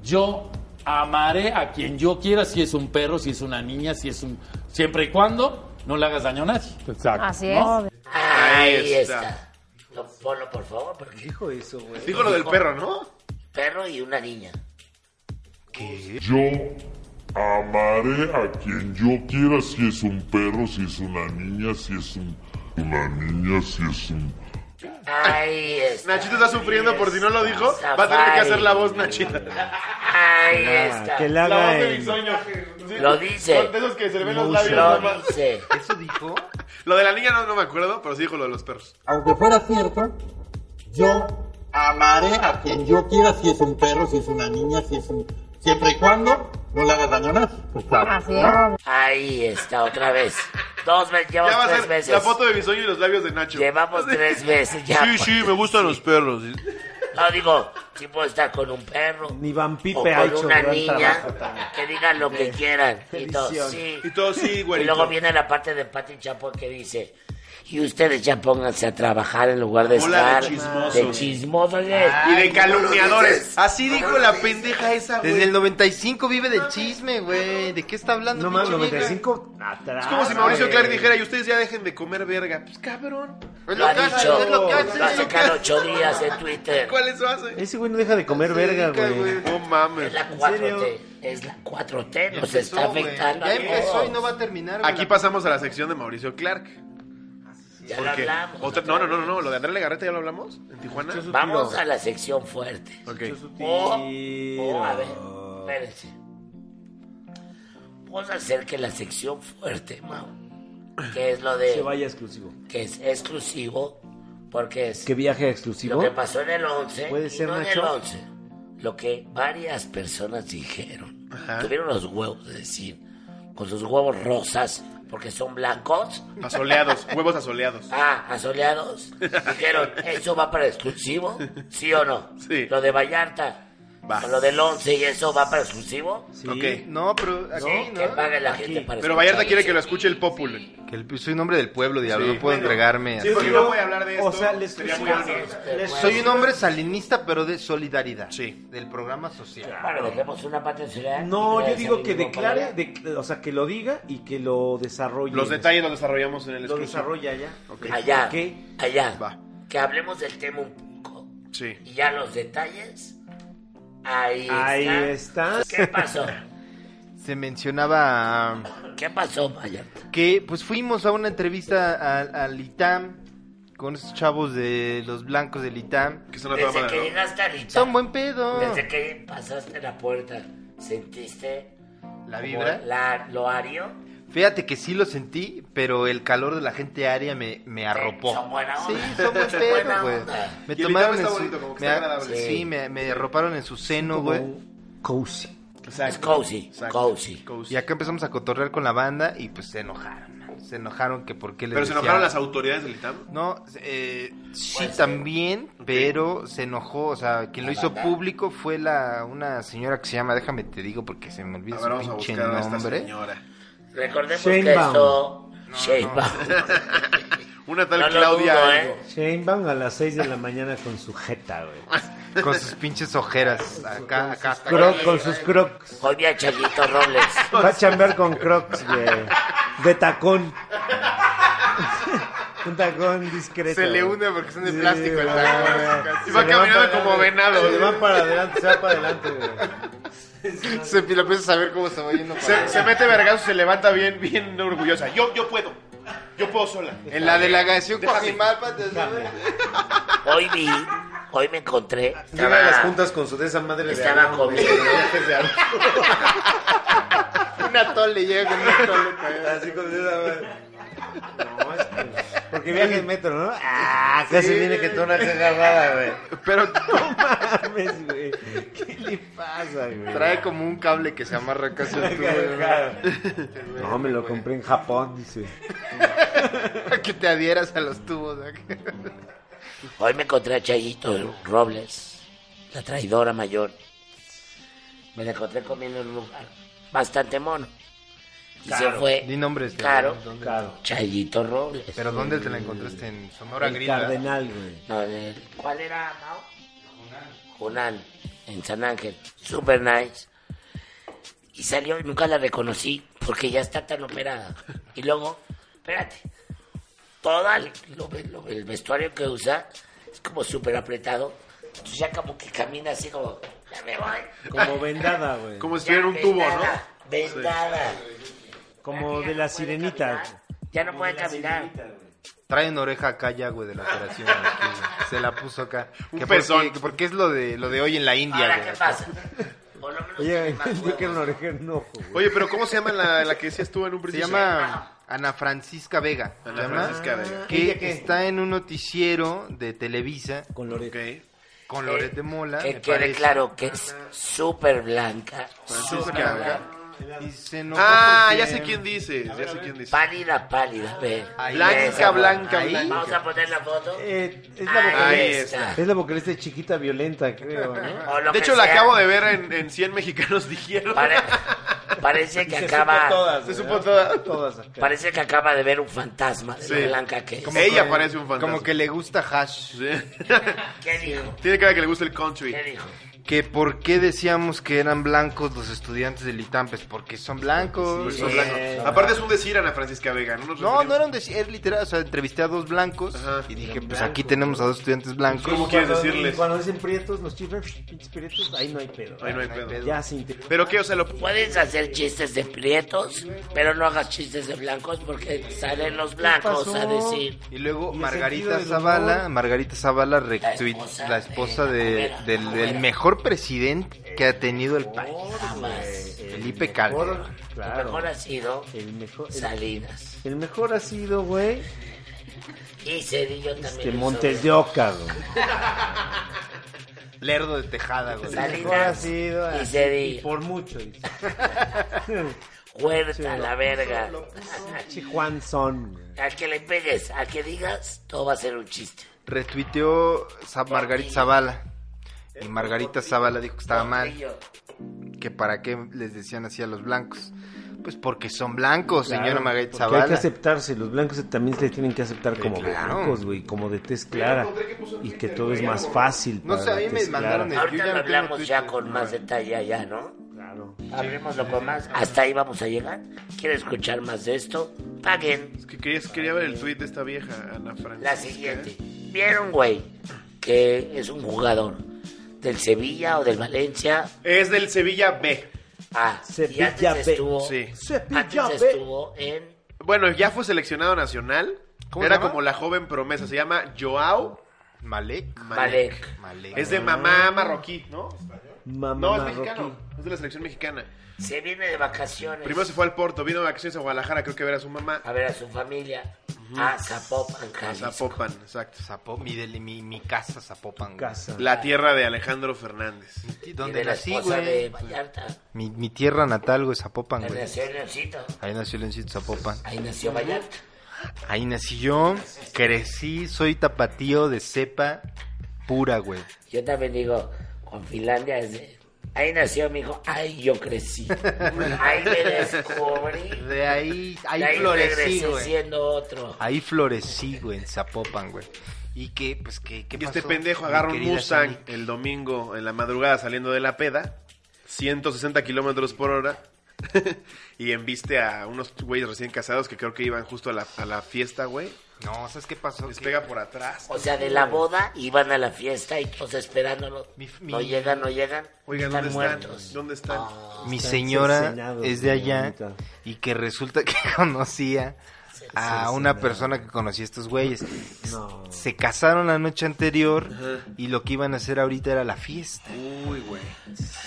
[SPEAKER 7] yo amaré a quien yo quiera, si es un perro, si es una niña, si es un... Siempre y cuando no le hagas daño a nadie.
[SPEAKER 8] Así es.
[SPEAKER 1] Ahí,
[SPEAKER 2] Ahí
[SPEAKER 1] está.
[SPEAKER 2] está.
[SPEAKER 1] No, ponlo por favor, porque
[SPEAKER 5] Dijo eso, güey.
[SPEAKER 2] Dijo lo del perro, ¿no?
[SPEAKER 1] perro y una niña.
[SPEAKER 9] Yo amaré a quien yo quiera, si es un perro, si es una niña, si es un, una niña, si es un...
[SPEAKER 1] Ahí está.
[SPEAKER 2] Nachito está sufriendo por si no lo dijo.
[SPEAKER 1] Safari.
[SPEAKER 2] Va a tener que hacer la voz, Nachito.
[SPEAKER 1] Ahí
[SPEAKER 5] Ah,
[SPEAKER 1] está.
[SPEAKER 5] que le haga en-
[SPEAKER 2] Sí.
[SPEAKER 1] Lo dice.
[SPEAKER 2] Son de esos que se le ven los
[SPEAKER 5] Lo
[SPEAKER 2] labios.
[SPEAKER 1] Lo
[SPEAKER 2] nomás.
[SPEAKER 1] dice.
[SPEAKER 3] ¿Eso dijo?
[SPEAKER 2] Lo de la niña no, no me acuerdo, pero sí dijo lo de los perros.
[SPEAKER 10] aunque fuera cierto, yo amaré a quien yo quiera, si es un perro, si es una niña, si es un... Siempre y cuando no le hagas daño a nadie.
[SPEAKER 8] Así es.
[SPEAKER 1] Ahí está, otra vez. Dos veces,
[SPEAKER 2] Ya va
[SPEAKER 1] llevamos
[SPEAKER 2] a
[SPEAKER 1] tres
[SPEAKER 2] ser
[SPEAKER 1] veces.
[SPEAKER 2] la foto de Bisoño y los labios de Nacho.
[SPEAKER 1] Llevamos tres veces ya.
[SPEAKER 2] Sí, sí, me gustan los perros.
[SPEAKER 1] No digo, si puedo estar con un perro.
[SPEAKER 5] Ni Van
[SPEAKER 1] o
[SPEAKER 5] Pipe ha
[SPEAKER 1] con
[SPEAKER 5] hecho
[SPEAKER 1] una
[SPEAKER 5] gran
[SPEAKER 1] niña.
[SPEAKER 5] trabajo también.
[SPEAKER 1] Que digan lo que quieran. Y todo,
[SPEAKER 5] Edición.
[SPEAKER 1] sí.
[SPEAKER 2] Y todo sí,
[SPEAKER 1] Y
[SPEAKER 2] güey.
[SPEAKER 1] luego viene la parte de Pati Chapo que dice. Y ustedes ya pónganse a trabajar en lugar de
[SPEAKER 2] Hola,
[SPEAKER 1] estar
[SPEAKER 2] de chismosos.
[SPEAKER 1] de chismosos.
[SPEAKER 3] Ah,
[SPEAKER 2] Y de calumniadores. Así dijo la pendeja esa,
[SPEAKER 3] Desde el 95 vive del chisme, güey. ¿De qué está hablando?
[SPEAKER 5] No mames,
[SPEAKER 3] pinche vieja?
[SPEAKER 5] 95 atrás.
[SPEAKER 2] Es como si Mauricio
[SPEAKER 5] güey.
[SPEAKER 2] Clark dijera, y ustedes ya dejen de comer verga. Pues cabrón.
[SPEAKER 3] Es
[SPEAKER 1] Lo ha
[SPEAKER 3] lo que
[SPEAKER 1] dicho.
[SPEAKER 3] hace, es lo que hace.
[SPEAKER 1] Lo
[SPEAKER 3] es
[SPEAKER 1] hace
[SPEAKER 3] lo que
[SPEAKER 1] cada
[SPEAKER 3] hace.
[SPEAKER 1] ocho días en Twitter.
[SPEAKER 2] ¿Cuál eso hace?
[SPEAKER 5] Ese güey no deja de comer verga, güey.
[SPEAKER 2] No
[SPEAKER 1] Es
[SPEAKER 2] mames.
[SPEAKER 1] la
[SPEAKER 5] serio?
[SPEAKER 1] 4T. Es la 4T. Nos Pues está
[SPEAKER 3] Empezó, güey.
[SPEAKER 1] afectando.
[SPEAKER 3] Ya
[SPEAKER 1] a todos.
[SPEAKER 3] empezó y no va a terminar. güey.
[SPEAKER 2] Aquí pasamos a la sección de Mauricio Clark.
[SPEAKER 1] Ya lo
[SPEAKER 2] Porque
[SPEAKER 1] hablamos.
[SPEAKER 2] otra- no, no, no, no, no, lo de Andrés Legarreta ya lo hablamos en Tijuana.
[SPEAKER 1] Vamos a la sección fuerte.
[SPEAKER 2] Ok. Oh,
[SPEAKER 1] O, o, Oh, a ver, espérense. Vamos a hacer que la sección fuerte, Mau, que es lo
[SPEAKER 5] Que
[SPEAKER 1] de
[SPEAKER 5] vaya exclusivo.
[SPEAKER 1] que es exclusivo, porque es
[SPEAKER 5] Que viaje
[SPEAKER 1] lo
[SPEAKER 5] exclusivo.
[SPEAKER 1] que pasó en el 11,
[SPEAKER 5] Puede
[SPEAKER 1] y
[SPEAKER 5] ser,
[SPEAKER 1] no en el
[SPEAKER 5] Nacho.
[SPEAKER 1] 11, lo que varias personas dijeron, tuvieron los huevos de decir, con sus huevos rosas, porque son blancos,
[SPEAKER 2] Asoleados, huevos asoleados.
[SPEAKER 1] Ah, asoleados. Dijeron, ¿eso va para exclusivo? ¿Sí o no?
[SPEAKER 2] Sí.
[SPEAKER 1] Lo de Vallarta.
[SPEAKER 2] Va.
[SPEAKER 1] con Lo del 11 y eso va para exclusivo.
[SPEAKER 5] Sí.
[SPEAKER 2] Ok.
[SPEAKER 3] No, pero aquí,
[SPEAKER 1] Que
[SPEAKER 3] ¿no?
[SPEAKER 1] pague la gente para
[SPEAKER 2] Pero
[SPEAKER 1] escuchar.
[SPEAKER 2] Vallarta quiere que lo escuche el Popul.
[SPEAKER 3] Que el- soy un hombre del pueblo, diablo.
[SPEAKER 2] Sí.
[SPEAKER 3] No puedo entregarme.
[SPEAKER 2] Sí, porque
[SPEAKER 5] Sí,
[SPEAKER 2] no
[SPEAKER 5] no.
[SPEAKER 2] voy a hablar de esto.
[SPEAKER 5] O sea, les
[SPEAKER 2] Sería muy
[SPEAKER 5] pusimos-
[SPEAKER 2] arduo.
[SPEAKER 5] les-
[SPEAKER 3] Soy un hombre salinista, pero de solidaridad.
[SPEAKER 2] Sí.
[SPEAKER 3] Del programa social.
[SPEAKER 1] Bueno, dejemos una parte en solidaridad.
[SPEAKER 5] No,
[SPEAKER 1] Que
[SPEAKER 5] yo digo que
[SPEAKER 1] salimos para
[SPEAKER 5] declare,
[SPEAKER 1] allá.
[SPEAKER 5] de- o sea, que lo diga y que lo desarrolle.
[SPEAKER 2] Los detalles los desarrollamos en el
[SPEAKER 5] Lo
[SPEAKER 2] exclusivo.
[SPEAKER 5] desarrolla ya.
[SPEAKER 1] Allá,
[SPEAKER 5] ¿Qué?
[SPEAKER 1] allá.
[SPEAKER 2] Va.
[SPEAKER 1] Que hablemos del tema un poco.
[SPEAKER 2] Sí.
[SPEAKER 1] Y ya los detalles Ahí,
[SPEAKER 5] Ahí está.
[SPEAKER 1] ¿Qué pasó?
[SPEAKER 3] Se mencionaba
[SPEAKER 1] ¿Qué pasó, Maya?
[SPEAKER 3] que pues fuimos a una entrevista al, al ITAM con esos chavos de los blancos del ITAM.
[SPEAKER 2] Que
[SPEAKER 1] Desde que llegaste a Lita,
[SPEAKER 3] Son buen pedo.
[SPEAKER 1] desde que pasaste la puerta, ¿sentiste
[SPEAKER 3] La
[SPEAKER 1] como
[SPEAKER 3] vibra.
[SPEAKER 1] La, lo ario?
[SPEAKER 3] Fíjate que sí lo sentí, pero el calor de la gente área me, me arropó.
[SPEAKER 1] Son buena
[SPEAKER 3] Sí,
[SPEAKER 1] onda.
[SPEAKER 3] son buen
[SPEAKER 1] Son
[SPEAKER 3] pedo,
[SPEAKER 1] buena
[SPEAKER 3] güey.
[SPEAKER 1] onda.
[SPEAKER 3] Me
[SPEAKER 2] Y el
[SPEAKER 3] tomaron
[SPEAKER 2] ITAM
[SPEAKER 3] en
[SPEAKER 2] está
[SPEAKER 3] su-
[SPEAKER 2] bonito, como que
[SPEAKER 3] me
[SPEAKER 2] está
[SPEAKER 3] a-
[SPEAKER 2] agradable.
[SPEAKER 3] Sí, me, me arroparon en su seno, güey.
[SPEAKER 5] Cozy.
[SPEAKER 1] Es cozy, cozy.
[SPEAKER 3] Y acá empezamos a cotorrear con la banda y pues se enojaron. man. Se enojaron que por qué les
[SPEAKER 2] Pero se
[SPEAKER 3] decía-
[SPEAKER 2] enojaron las autoridades del ITAM.
[SPEAKER 3] No, eh, sí
[SPEAKER 1] Puede ser.
[SPEAKER 3] también, pero se enojó, o sea, quien lo
[SPEAKER 1] ¿La
[SPEAKER 3] hizo
[SPEAKER 1] banda?
[SPEAKER 3] público fue la una señora que se llama, déjame te digo porque se me
[SPEAKER 2] A
[SPEAKER 3] olvida
[SPEAKER 2] ver, vamos
[SPEAKER 3] su
[SPEAKER 2] a
[SPEAKER 3] pinche
[SPEAKER 2] buscar a esta
[SPEAKER 3] nombre.
[SPEAKER 2] señora.
[SPEAKER 1] Recordemos
[SPEAKER 5] Shane
[SPEAKER 1] que
[SPEAKER 5] Baum.
[SPEAKER 1] esto... Shane Baum.
[SPEAKER 2] Una tal
[SPEAKER 1] No lo
[SPEAKER 2] Claudia.
[SPEAKER 1] dudo, ¿eh?
[SPEAKER 2] algo.
[SPEAKER 5] Sheinbaum a las 6 de la mañana con su jeta, güey.
[SPEAKER 3] Con sus pinches ojeras, acá, acá hasta
[SPEAKER 5] Croc- con sus crocs.
[SPEAKER 1] Hoy vi a Chaguito Robles.
[SPEAKER 5] Va a chambear con crocs, güey. De tacón. Un tacón discreto.
[SPEAKER 3] Se le
[SPEAKER 5] güey.
[SPEAKER 3] hunde porque son de
[SPEAKER 5] Sí,
[SPEAKER 3] plástico el
[SPEAKER 5] güey.
[SPEAKER 3] tacón.
[SPEAKER 5] Se
[SPEAKER 2] Y va
[SPEAKER 5] le van
[SPEAKER 2] caminando
[SPEAKER 5] para
[SPEAKER 2] como
[SPEAKER 5] adelante,
[SPEAKER 2] venado,
[SPEAKER 5] Se
[SPEAKER 2] güey.
[SPEAKER 5] va para adelante, se va para adelante, güey.
[SPEAKER 3] Se la empieza a saber cómo se va yendo para
[SPEAKER 2] Se,
[SPEAKER 3] allá.
[SPEAKER 2] se mete vergazo, se levanta bien, bien orgullosa. Yo, yo puedo. Yo puedo sola.
[SPEAKER 3] En la delegación
[SPEAKER 2] Déjame.
[SPEAKER 3] Coajimalpa, te sabes.
[SPEAKER 1] Hoy vi, hoy me encontré.
[SPEAKER 5] Llega a las
[SPEAKER 1] Estaba,
[SPEAKER 5] juntas con su de esa madre de
[SPEAKER 1] estaba
[SPEAKER 5] abajo, güey.
[SPEAKER 1] comiendo.
[SPEAKER 3] Una tole llega con una tole.
[SPEAKER 5] Así con esa madre. No, es que- Porque viaja en metro, ¿no? Ah, casi viene que tú una agarrada, güey.
[SPEAKER 3] Pero
[SPEAKER 5] Mames, güey. ¿Qué le pasa, güey?
[SPEAKER 3] trae como un cable que se amarra casi al tubo.
[SPEAKER 5] Claro. No, me lo compré en Japón, dice.
[SPEAKER 3] Para que te adhieras a los tubos. ¿eh?
[SPEAKER 1] Hoy me encontré a Chayito Robles, la traidora mayor. Me la encontré comiendo en un lugar bastante mono. Y se fue.
[SPEAKER 3] Di nombres. pero-
[SPEAKER 1] Claro,
[SPEAKER 5] Eh, Claro.
[SPEAKER 1] Chayito Robles.
[SPEAKER 3] Pero ¿dónde te la encontraste? En Sonora
[SPEAKER 5] El
[SPEAKER 3] Gringa.
[SPEAKER 5] cardenal, güey.
[SPEAKER 1] No, de- ¿Cuál era, Mao? Junán, en San Ángel. Super nice. Y salió y nunca la reconocí porque ya está tan operada. Y luego, espérate, todo el, lo- lo- el vestuario que usa es como súper apretado. Entonces ya como que camina así como, ya me voy.
[SPEAKER 5] Como vendada, güey.
[SPEAKER 2] Como si
[SPEAKER 1] Ya
[SPEAKER 2] estuviera en un tubo,
[SPEAKER 1] vendada,
[SPEAKER 2] ¿no?
[SPEAKER 1] Vendada.
[SPEAKER 5] Como
[SPEAKER 1] Ya no
[SPEAKER 5] de la
[SPEAKER 1] puede
[SPEAKER 5] sirenita.
[SPEAKER 1] caminar, Ya no puede caminar.
[SPEAKER 3] Traen ah? oreja acá ya, güey, de la operación. aquí, güey. se la puso acá.
[SPEAKER 2] Un
[SPEAKER 3] porque-
[SPEAKER 2] pezón.
[SPEAKER 3] que porque es lo de, lo de hoy en la India,
[SPEAKER 1] Ahora,
[SPEAKER 3] güey.
[SPEAKER 1] ¿qué pasa? Por lo menos tiene
[SPEAKER 5] Oye,
[SPEAKER 1] más
[SPEAKER 5] yo que
[SPEAKER 1] huevos.
[SPEAKER 5] era una oreja en un ojo, güey.
[SPEAKER 2] Oye, pero ¿cómo se llama la, la que sí estuvo en un
[SPEAKER 3] Se
[SPEAKER 2] principio?
[SPEAKER 3] llama Ana Francisca Vega. se
[SPEAKER 2] Ana
[SPEAKER 3] llama,
[SPEAKER 2] Francisca Vega.
[SPEAKER 3] Que
[SPEAKER 5] ¿Ella qué?
[SPEAKER 3] está en un noticiero de Televisa
[SPEAKER 5] Con la oreja.
[SPEAKER 2] Ok.
[SPEAKER 3] con Loret de Mola.
[SPEAKER 1] Eh, Que
[SPEAKER 3] me
[SPEAKER 1] quede
[SPEAKER 3] parece.
[SPEAKER 1] claro que es súper blanca,
[SPEAKER 3] Francisca
[SPEAKER 1] súper blanca,
[SPEAKER 3] Vega. Y se enojó
[SPEAKER 2] Ah,
[SPEAKER 3] porque-
[SPEAKER 2] ya sé quién dice. Ya sé quién dice.
[SPEAKER 1] pálida, pálida, ve.
[SPEAKER 3] Ahí.
[SPEAKER 1] Ve esa
[SPEAKER 2] Blanca,
[SPEAKER 1] foto.
[SPEAKER 2] blanca,
[SPEAKER 1] Ahí.
[SPEAKER 2] blanca.
[SPEAKER 1] Vamos a poner la foto.
[SPEAKER 5] Eh, es, la
[SPEAKER 1] Ahí
[SPEAKER 5] vocalista,
[SPEAKER 1] está.
[SPEAKER 5] es la vocalista de chiquita violenta, creo, ¿no?
[SPEAKER 1] O lo
[SPEAKER 2] De
[SPEAKER 1] que
[SPEAKER 2] hecho, la
[SPEAKER 1] sea.
[SPEAKER 2] acabo de ver en, en 100 mexicanos dijeron.
[SPEAKER 1] Pare- parece que
[SPEAKER 5] Se
[SPEAKER 1] acaba,
[SPEAKER 5] supo todas,
[SPEAKER 2] Se
[SPEAKER 5] güey,
[SPEAKER 2] supo
[SPEAKER 5] ¿no?
[SPEAKER 2] todas.
[SPEAKER 5] Todas acá.
[SPEAKER 1] parece que acaba de ver un fantasma de lo blanca que es.
[SPEAKER 2] Como- Ella parece un fantasma.
[SPEAKER 3] Como que le gusta Hash.
[SPEAKER 2] Sí.
[SPEAKER 1] ¿Qué dijo?
[SPEAKER 2] Tiene cara que le gusta el country.
[SPEAKER 1] ¿Qué dijo?
[SPEAKER 3] Que por qué decíamos que eran blancos los estudiantes del ITAM, pues porque son blancos.
[SPEAKER 2] Pues son
[SPEAKER 3] Eh,
[SPEAKER 2] blancos. Aparte es un decir Ana Francisca Vega, ¿no? Nos
[SPEAKER 3] No,
[SPEAKER 2] referimos-
[SPEAKER 3] no era un decir, es literal, o sea, entrevisté a dos blancos
[SPEAKER 2] Ajá.
[SPEAKER 3] y dije, pues aquí tenemos a dos estudiantes blancos.
[SPEAKER 2] ¿Cómo
[SPEAKER 5] Y
[SPEAKER 2] quieres
[SPEAKER 5] Pues cuando-
[SPEAKER 2] decirles?
[SPEAKER 5] y Cuando dicen prietos, los chiflan, pinches prietos, ahí no hay pedo.
[SPEAKER 2] Ahí no hay pedo.
[SPEAKER 5] Ya se integró.
[SPEAKER 2] Pero qué, o sea, lo...
[SPEAKER 1] Puedes hacer chistes de prietos, pero no hagas chistes de blancos porque salen los blancos a
[SPEAKER 5] pasó?
[SPEAKER 1] decir.
[SPEAKER 3] Y luego
[SPEAKER 5] Y el sentido
[SPEAKER 3] Margarita
[SPEAKER 5] del
[SPEAKER 3] Zavala,
[SPEAKER 5] humor.
[SPEAKER 3] Margarita Zavala retweet,
[SPEAKER 1] esposa
[SPEAKER 3] la
[SPEAKER 1] de
[SPEAKER 3] esposa
[SPEAKER 1] la
[SPEAKER 3] de,
[SPEAKER 1] Jovera,
[SPEAKER 3] del,
[SPEAKER 1] la
[SPEAKER 3] del
[SPEAKER 1] Jovera.
[SPEAKER 3] mejor presidente que ha tenido el país, Felipe Calderón.
[SPEAKER 1] Lo mejor
[SPEAKER 5] Claro.
[SPEAKER 1] ha sido
[SPEAKER 5] El mejor, el,
[SPEAKER 1] Salinas.
[SPEAKER 5] el mejor ha sido, güey,
[SPEAKER 1] Y Cedillo también.
[SPEAKER 5] este
[SPEAKER 1] hizo-
[SPEAKER 5] Montes de Oca, güey.
[SPEAKER 3] Lerdo de Tejada, güey.
[SPEAKER 5] El
[SPEAKER 1] Salinas.
[SPEAKER 5] mejor ha sido.
[SPEAKER 1] Y
[SPEAKER 5] así,
[SPEAKER 1] Cedillo.
[SPEAKER 5] y Por mucho, dice.
[SPEAKER 1] Huerta,
[SPEAKER 5] Sí,
[SPEAKER 1] la
[SPEAKER 5] lo-
[SPEAKER 1] verga.
[SPEAKER 5] Pinche Juan Son, güey.
[SPEAKER 1] Al que le pegues, al que digas, todo va a ser un chiste.
[SPEAKER 3] Retuiteó Sa- Margarita Zavala. Y Margarita Zavala dijo que estaba mal.
[SPEAKER 1] Potrillo.
[SPEAKER 3] que para qué les decían así a los blancos. Pues porque son blancos, señora
[SPEAKER 5] Claro,
[SPEAKER 3] Margarita
[SPEAKER 5] porque Hay que
[SPEAKER 3] Zavala.
[SPEAKER 5] aceptarse, los blancos se- también se tienen que aceptar como
[SPEAKER 3] claro.
[SPEAKER 5] blancos, güey, como de tez clara. Y que todo es más fácil.
[SPEAKER 3] No
[SPEAKER 5] para
[SPEAKER 3] sé, a
[SPEAKER 5] la
[SPEAKER 3] mí me
[SPEAKER 5] tez clara.
[SPEAKER 3] mandaron el- Yo ya
[SPEAKER 1] Ahorita
[SPEAKER 3] no
[SPEAKER 1] lo
[SPEAKER 3] tengo
[SPEAKER 1] hablamos
[SPEAKER 3] Twitter.
[SPEAKER 1] ya con más detalle allá, ¿no?
[SPEAKER 5] Claro.
[SPEAKER 1] Hablemoslo con más. Hasta ahí vamos a llegar. ¿Quieres escuchar más de esto? Paguen
[SPEAKER 2] Es que quería, quería ver el tweet de esta vieja, Ana Francisca.
[SPEAKER 1] la siguiente. ¿Vieron, güey? Que es un jugador ¿Del Sevilla o del Valencia?
[SPEAKER 2] Es del Sevilla B.
[SPEAKER 1] Ah, y antes estuvo,
[SPEAKER 2] Sí.
[SPEAKER 1] antes estuvo en...
[SPEAKER 2] Bueno, ya fue seleccionado nacional.
[SPEAKER 1] ¿Cómo
[SPEAKER 2] Era
[SPEAKER 1] se llama?
[SPEAKER 2] como la joven promesa. Se llama Joao
[SPEAKER 3] Malek.
[SPEAKER 1] Malek.
[SPEAKER 2] Es de mamá marroquí, ¿no?
[SPEAKER 5] Mamá
[SPEAKER 2] no, es
[SPEAKER 5] marroquí.
[SPEAKER 2] mexicano. Es de la selección mexicana.
[SPEAKER 1] Se viene de vacaciones.
[SPEAKER 2] Primero se fue al Porto, vino de vacaciones a Guadalajara, creo que ver a su mamá.
[SPEAKER 1] a ver a su familia a Zapopan,
[SPEAKER 2] A
[SPEAKER 1] Jalisco.
[SPEAKER 2] Zapopan, exacto.
[SPEAKER 3] Zapopan, mi, del- mi, mi casa Zapopan. güey.
[SPEAKER 5] Casa.
[SPEAKER 2] La tierra de Alejandro Fernández.
[SPEAKER 3] Sí,
[SPEAKER 1] Y
[SPEAKER 3] Donde
[SPEAKER 1] de la
[SPEAKER 3] nací,
[SPEAKER 1] esposa de
[SPEAKER 3] güey. Pues,
[SPEAKER 1] Vallarta.
[SPEAKER 3] Mi, mi tierra natal, güey, Zapopan,
[SPEAKER 1] Ahí
[SPEAKER 3] güey.
[SPEAKER 1] nació Leoncito.
[SPEAKER 3] Ahí nació Leoncito Zapopan.
[SPEAKER 1] Ahí nació Vallarta.
[SPEAKER 3] Ahí nací yo, crecí, soy tapatío de cepa pura, güey.
[SPEAKER 1] Yo también digo, con Finlandia es de- Ahí nació mi hijo, ahí yo crecí. Ahí me descubrí.
[SPEAKER 3] De ahí, ahí,
[SPEAKER 1] De ahí
[SPEAKER 3] florecí,
[SPEAKER 1] regresé
[SPEAKER 3] güey.
[SPEAKER 1] siendo otro.
[SPEAKER 3] Ahí florecí, güey, en Zapopan, güey. Y que, pues, que, ¿qué
[SPEAKER 2] Y este
[SPEAKER 3] pasó,
[SPEAKER 2] pendejo
[SPEAKER 3] mi
[SPEAKER 2] agarra un
[SPEAKER 3] querida
[SPEAKER 2] Mustang
[SPEAKER 3] Sani?
[SPEAKER 2] el domingo en la madrugada saliendo de la peda, 160 kilómetros por hora, y embiste a unos güeyes recién casados que creo que iban justo a la, a la fiesta, güey.
[SPEAKER 3] No, ¿sabes qué pasó?
[SPEAKER 2] Les
[SPEAKER 3] Que
[SPEAKER 2] pega por atrás.
[SPEAKER 1] O sea, de la boda iban a la fiesta y todos esperándolo.
[SPEAKER 3] Mi- mi-
[SPEAKER 1] No llegan, no llegan.
[SPEAKER 2] Oigan,
[SPEAKER 1] están
[SPEAKER 2] ¿dónde están?
[SPEAKER 1] muertos.
[SPEAKER 2] ¿Dónde están?
[SPEAKER 3] Mi
[SPEAKER 5] Están
[SPEAKER 3] señora
[SPEAKER 5] cercenados,
[SPEAKER 3] es de
[SPEAKER 5] güey,
[SPEAKER 3] allá
[SPEAKER 5] ahorita.
[SPEAKER 3] y que resulta que conocía a una persona que conocía a estos güeyes.
[SPEAKER 5] No.
[SPEAKER 3] Se casaron la noche anterior y lo que iban a hacer ahorita era la fiesta.
[SPEAKER 2] Uy, güey.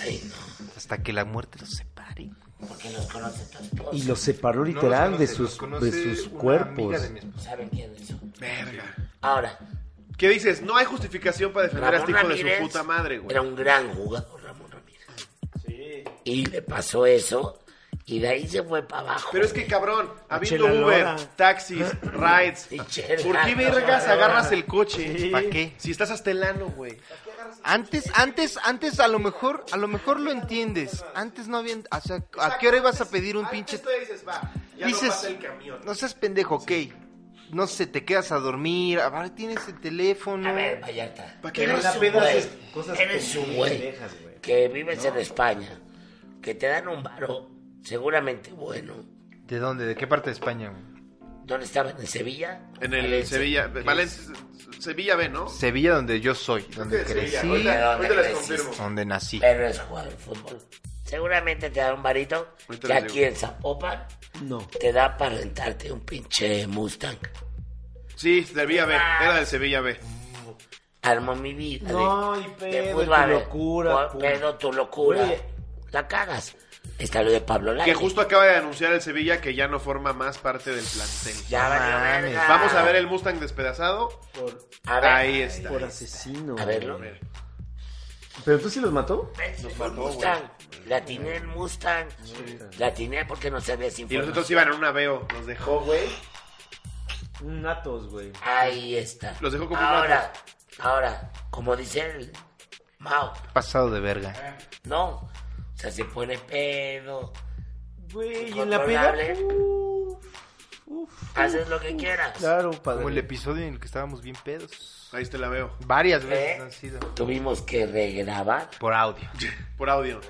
[SPEAKER 1] Ay, no,
[SPEAKER 3] Hasta que la muerte los separe.
[SPEAKER 1] porque los conoce tu esposo.
[SPEAKER 5] Y los separó
[SPEAKER 3] No
[SPEAKER 5] literal
[SPEAKER 3] los
[SPEAKER 5] de
[SPEAKER 3] conoce,
[SPEAKER 5] sus,
[SPEAKER 3] los conoce
[SPEAKER 5] de sus
[SPEAKER 3] una
[SPEAKER 5] cuerpos.
[SPEAKER 3] amiga de mi esposa.
[SPEAKER 1] ¿Saben quiénes son?
[SPEAKER 2] Verga.
[SPEAKER 1] Ahora,
[SPEAKER 2] ¿Qué dices? No hay justificación para defender
[SPEAKER 1] Ramón
[SPEAKER 2] a este hijo de
[SPEAKER 1] Ramírez
[SPEAKER 2] su puta madre, güey.
[SPEAKER 1] Era un gran jugador, Ramón Ramírez. Y le pasó eso, y de ahí se fue para abajo.
[SPEAKER 2] Pero es que cabrón, habiendo
[SPEAKER 5] Chela
[SPEAKER 2] Uber,
[SPEAKER 5] Lora.
[SPEAKER 2] taxis, rides,
[SPEAKER 1] Y Chela
[SPEAKER 2] ¿por qué
[SPEAKER 1] Lora.
[SPEAKER 2] vergas agarras el coche?
[SPEAKER 3] ¿Pa' qué?
[SPEAKER 2] Si estás hasta el ano, güey.
[SPEAKER 3] Antes, antes, antes a lo mejor, a lo mejor lo entiendes. Antes no había, o sea, ¿a qué hora ibas a pedir un pinche?
[SPEAKER 2] dices, va,
[SPEAKER 3] Dices, no seas pendejo, ok. No sé, te quedas a dormir, a ver, tienes el teléfono.
[SPEAKER 1] A ver, Vallarta.
[SPEAKER 2] ¿Para qué
[SPEAKER 1] eres
[SPEAKER 2] las
[SPEAKER 1] un
[SPEAKER 2] pedas
[SPEAKER 1] güey,
[SPEAKER 2] es-
[SPEAKER 1] Eres un güey que vives en España, que te dan un varo seguramente bueno.
[SPEAKER 3] ¿De dónde? ¿De qué parte de España? güey?
[SPEAKER 1] ¿Dónde estaban? ¿En Sevilla?
[SPEAKER 2] En el
[SPEAKER 1] Valencia.
[SPEAKER 2] Sevilla, Valencia, Sevilla B, ¿no?
[SPEAKER 3] Sevilla, donde yo soy, donde
[SPEAKER 2] Sevilla,
[SPEAKER 3] crecí,
[SPEAKER 2] ahorita- ahorita les
[SPEAKER 1] Sí.
[SPEAKER 2] confirmo.
[SPEAKER 3] donde nací.
[SPEAKER 1] Pero es jugador de fútbol. Seguramente te dan un varito
[SPEAKER 2] Ahorita
[SPEAKER 1] que
[SPEAKER 2] les
[SPEAKER 1] aquí
[SPEAKER 2] digo.
[SPEAKER 1] en Zapopan
[SPEAKER 5] No.
[SPEAKER 1] te da para rentarte un pinche Mustang.
[SPEAKER 2] Sí, Sevilla B, era del Sevilla B.
[SPEAKER 1] Armo mi vida.
[SPEAKER 5] No, y pedo, tu
[SPEAKER 1] a ver,
[SPEAKER 5] locura,
[SPEAKER 1] po-
[SPEAKER 5] pum.
[SPEAKER 1] Pedo tu locura.
[SPEAKER 5] Oye.
[SPEAKER 1] La cagas. Está lo de Pablo Lyle.
[SPEAKER 2] Que justo acaba de anunciar el Sevilla que ya no forma más parte del plantel.
[SPEAKER 1] Ya valió
[SPEAKER 3] Mames.
[SPEAKER 1] verga.
[SPEAKER 2] Vamos a ver el Mustang despedazado.
[SPEAKER 5] Por,
[SPEAKER 1] A ver.
[SPEAKER 2] Ahí está.
[SPEAKER 5] por asesino.
[SPEAKER 1] A verlo.
[SPEAKER 5] ¿Pero tú sí los mató?
[SPEAKER 1] Ves, fue el Mustang. La tiné el Mustang. La tiné porque no sabía si
[SPEAKER 2] Y
[SPEAKER 1] informar.
[SPEAKER 2] nosotros iban en una veo, los dejó, güey.
[SPEAKER 5] Natos, güey.
[SPEAKER 1] Ahí está.
[SPEAKER 2] Los dejó como
[SPEAKER 1] Ahora, ahora, como dice el Mao,
[SPEAKER 3] Pasado de verga.
[SPEAKER 1] no. O sea, se pone pedo.
[SPEAKER 5] Güey, ¿y en la peda?
[SPEAKER 1] Incontrolable.
[SPEAKER 5] Uf, uf,
[SPEAKER 1] Haces lo que quieras.
[SPEAKER 5] claro, padre.
[SPEAKER 3] Como el episodio en el que estábamos bien pedos.
[SPEAKER 2] Ahí te la veo.
[SPEAKER 3] Varias
[SPEAKER 1] ¿Eh?
[SPEAKER 3] veces han sido.
[SPEAKER 1] Tuvimos que regrabar.
[SPEAKER 3] Por audio.
[SPEAKER 2] Por audio.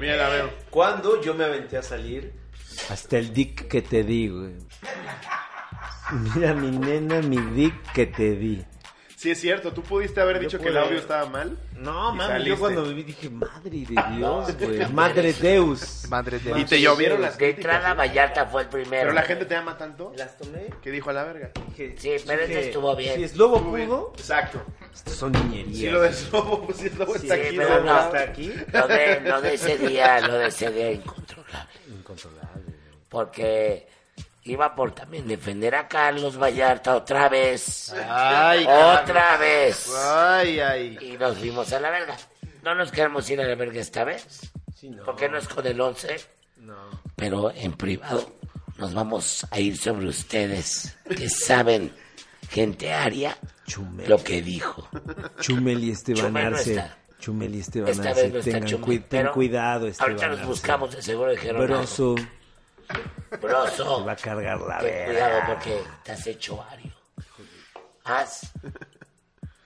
[SPEAKER 2] Mira, la veo.
[SPEAKER 5] ¿Cuándo yo me aventé a salir? Hasta el dick que te di, güey. Mira, mi nena, mi dick que te di.
[SPEAKER 2] Sí, es cierto, tú pudiste haber dicho que el
[SPEAKER 5] pude.
[SPEAKER 2] audio estaba mal.
[SPEAKER 5] No,
[SPEAKER 2] Y
[SPEAKER 5] mami,
[SPEAKER 2] saliste.
[SPEAKER 5] yo cuando viví dije, madre de Dios, güey. Madre Deus.
[SPEAKER 3] Madre de
[SPEAKER 2] Y te llovieron las ¿eh?
[SPEAKER 1] De entrada, Vallarta fue el primero.
[SPEAKER 2] Pero la gente te ama tanto
[SPEAKER 5] Las tomé.
[SPEAKER 2] que dijo a la verga.
[SPEAKER 5] Dije,
[SPEAKER 1] Sí, pero este
[SPEAKER 5] dije,
[SPEAKER 1] estuvo bien.
[SPEAKER 5] Si es lobo
[SPEAKER 2] Estuvo bien.
[SPEAKER 5] pudo,
[SPEAKER 2] Exacto.
[SPEAKER 5] estos son niñerías.
[SPEAKER 2] Si lo de Lobo, pues si el Lobo
[SPEAKER 5] Sí,
[SPEAKER 2] está aquí,
[SPEAKER 1] pero
[SPEAKER 2] ¿no?
[SPEAKER 1] no.
[SPEAKER 5] Hasta aquí.
[SPEAKER 1] Lo de, lo de ese día, lo de ese día incontrolable.
[SPEAKER 5] Incontrolable.
[SPEAKER 1] Porque iba por también defender a Carlos Vallarta otra vez.
[SPEAKER 3] Ay,
[SPEAKER 1] otra vez.
[SPEAKER 3] Ay, ay.
[SPEAKER 1] Y nos fuimos a la verga. No nos queremos ir a la verga esta vez.
[SPEAKER 5] Sí, no.
[SPEAKER 1] Porque no es con el 11,
[SPEAKER 5] No.
[SPEAKER 1] pero en privado nos vamos a ir sobre ustedes. Que saben, gente aria,
[SPEAKER 5] Chumel.
[SPEAKER 1] lo que dijo.
[SPEAKER 5] Chumel y Esteban
[SPEAKER 1] Chumel no
[SPEAKER 5] Arce.
[SPEAKER 1] está.
[SPEAKER 5] Chumel y Esteban
[SPEAKER 1] Esta
[SPEAKER 5] Arce.
[SPEAKER 1] vez no está
[SPEAKER 5] Tengan
[SPEAKER 1] chumel.
[SPEAKER 5] cui- ten
[SPEAKER 1] pero
[SPEAKER 5] cuidado, este Esteban
[SPEAKER 1] Ahorita los
[SPEAKER 5] Arce.
[SPEAKER 1] buscamos, de seguro dijeron. algo.
[SPEAKER 5] Broso
[SPEAKER 1] Broso.
[SPEAKER 5] te va a cargar la
[SPEAKER 1] Ten
[SPEAKER 5] verga.
[SPEAKER 1] cuidado porque te has hecho vario. Has.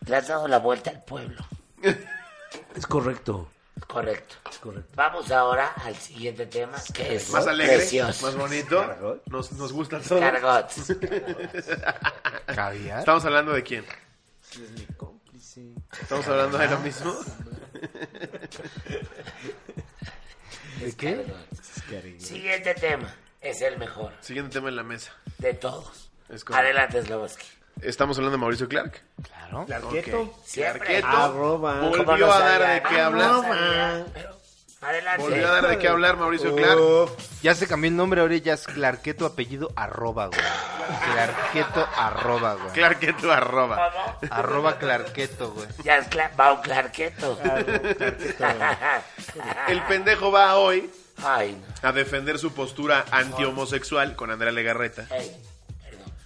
[SPEAKER 1] Le has dado la vuelta al pueblo.
[SPEAKER 5] Es correcto.
[SPEAKER 1] Correcto.
[SPEAKER 5] Es correcto.
[SPEAKER 1] Vamos ahora al siguiente tema, que es
[SPEAKER 2] Más alegre,
[SPEAKER 1] precioso.
[SPEAKER 2] más bonito. Nos, nos gusta todo.
[SPEAKER 1] Cargots.
[SPEAKER 3] Caviar.
[SPEAKER 2] Estamos hablando de quién.
[SPEAKER 5] Es mi cómplice. sí.
[SPEAKER 2] ¿Estamos hablando de lo mismo?
[SPEAKER 5] ¿De qué?
[SPEAKER 1] Siguiente tema. Es el mejor.
[SPEAKER 2] Siguiente tema en la mesa.
[SPEAKER 1] De todos.
[SPEAKER 2] Es correcto.
[SPEAKER 1] Adelante, Sloboski.
[SPEAKER 2] Estamos hablando de Mauricio Clark. Claro.
[SPEAKER 1] Clarketo. Siempre.
[SPEAKER 5] Arroba.
[SPEAKER 2] Volvió a dar de
[SPEAKER 1] Ah,
[SPEAKER 2] qué
[SPEAKER 1] Arroba.
[SPEAKER 2] hablar.
[SPEAKER 1] Adelante.
[SPEAKER 2] Volvió a dar de qué hablar Mauricio
[SPEAKER 3] Uf.
[SPEAKER 2] Clark.
[SPEAKER 3] Ya se cambió el nombre, ahora ya es Clarqueto apellido arroba, güey. Clarqueto arroba, güey.
[SPEAKER 2] Clarqueto arroba.
[SPEAKER 3] Arroba Clarqueto, güey.
[SPEAKER 1] Ya es Cla- va un Clarketo.
[SPEAKER 5] Ah,
[SPEAKER 1] Ah.
[SPEAKER 2] El pendejo va hoy
[SPEAKER 1] Ay,
[SPEAKER 2] a defender su postura antihomosexual con Andrea Legarreta.
[SPEAKER 1] Ey,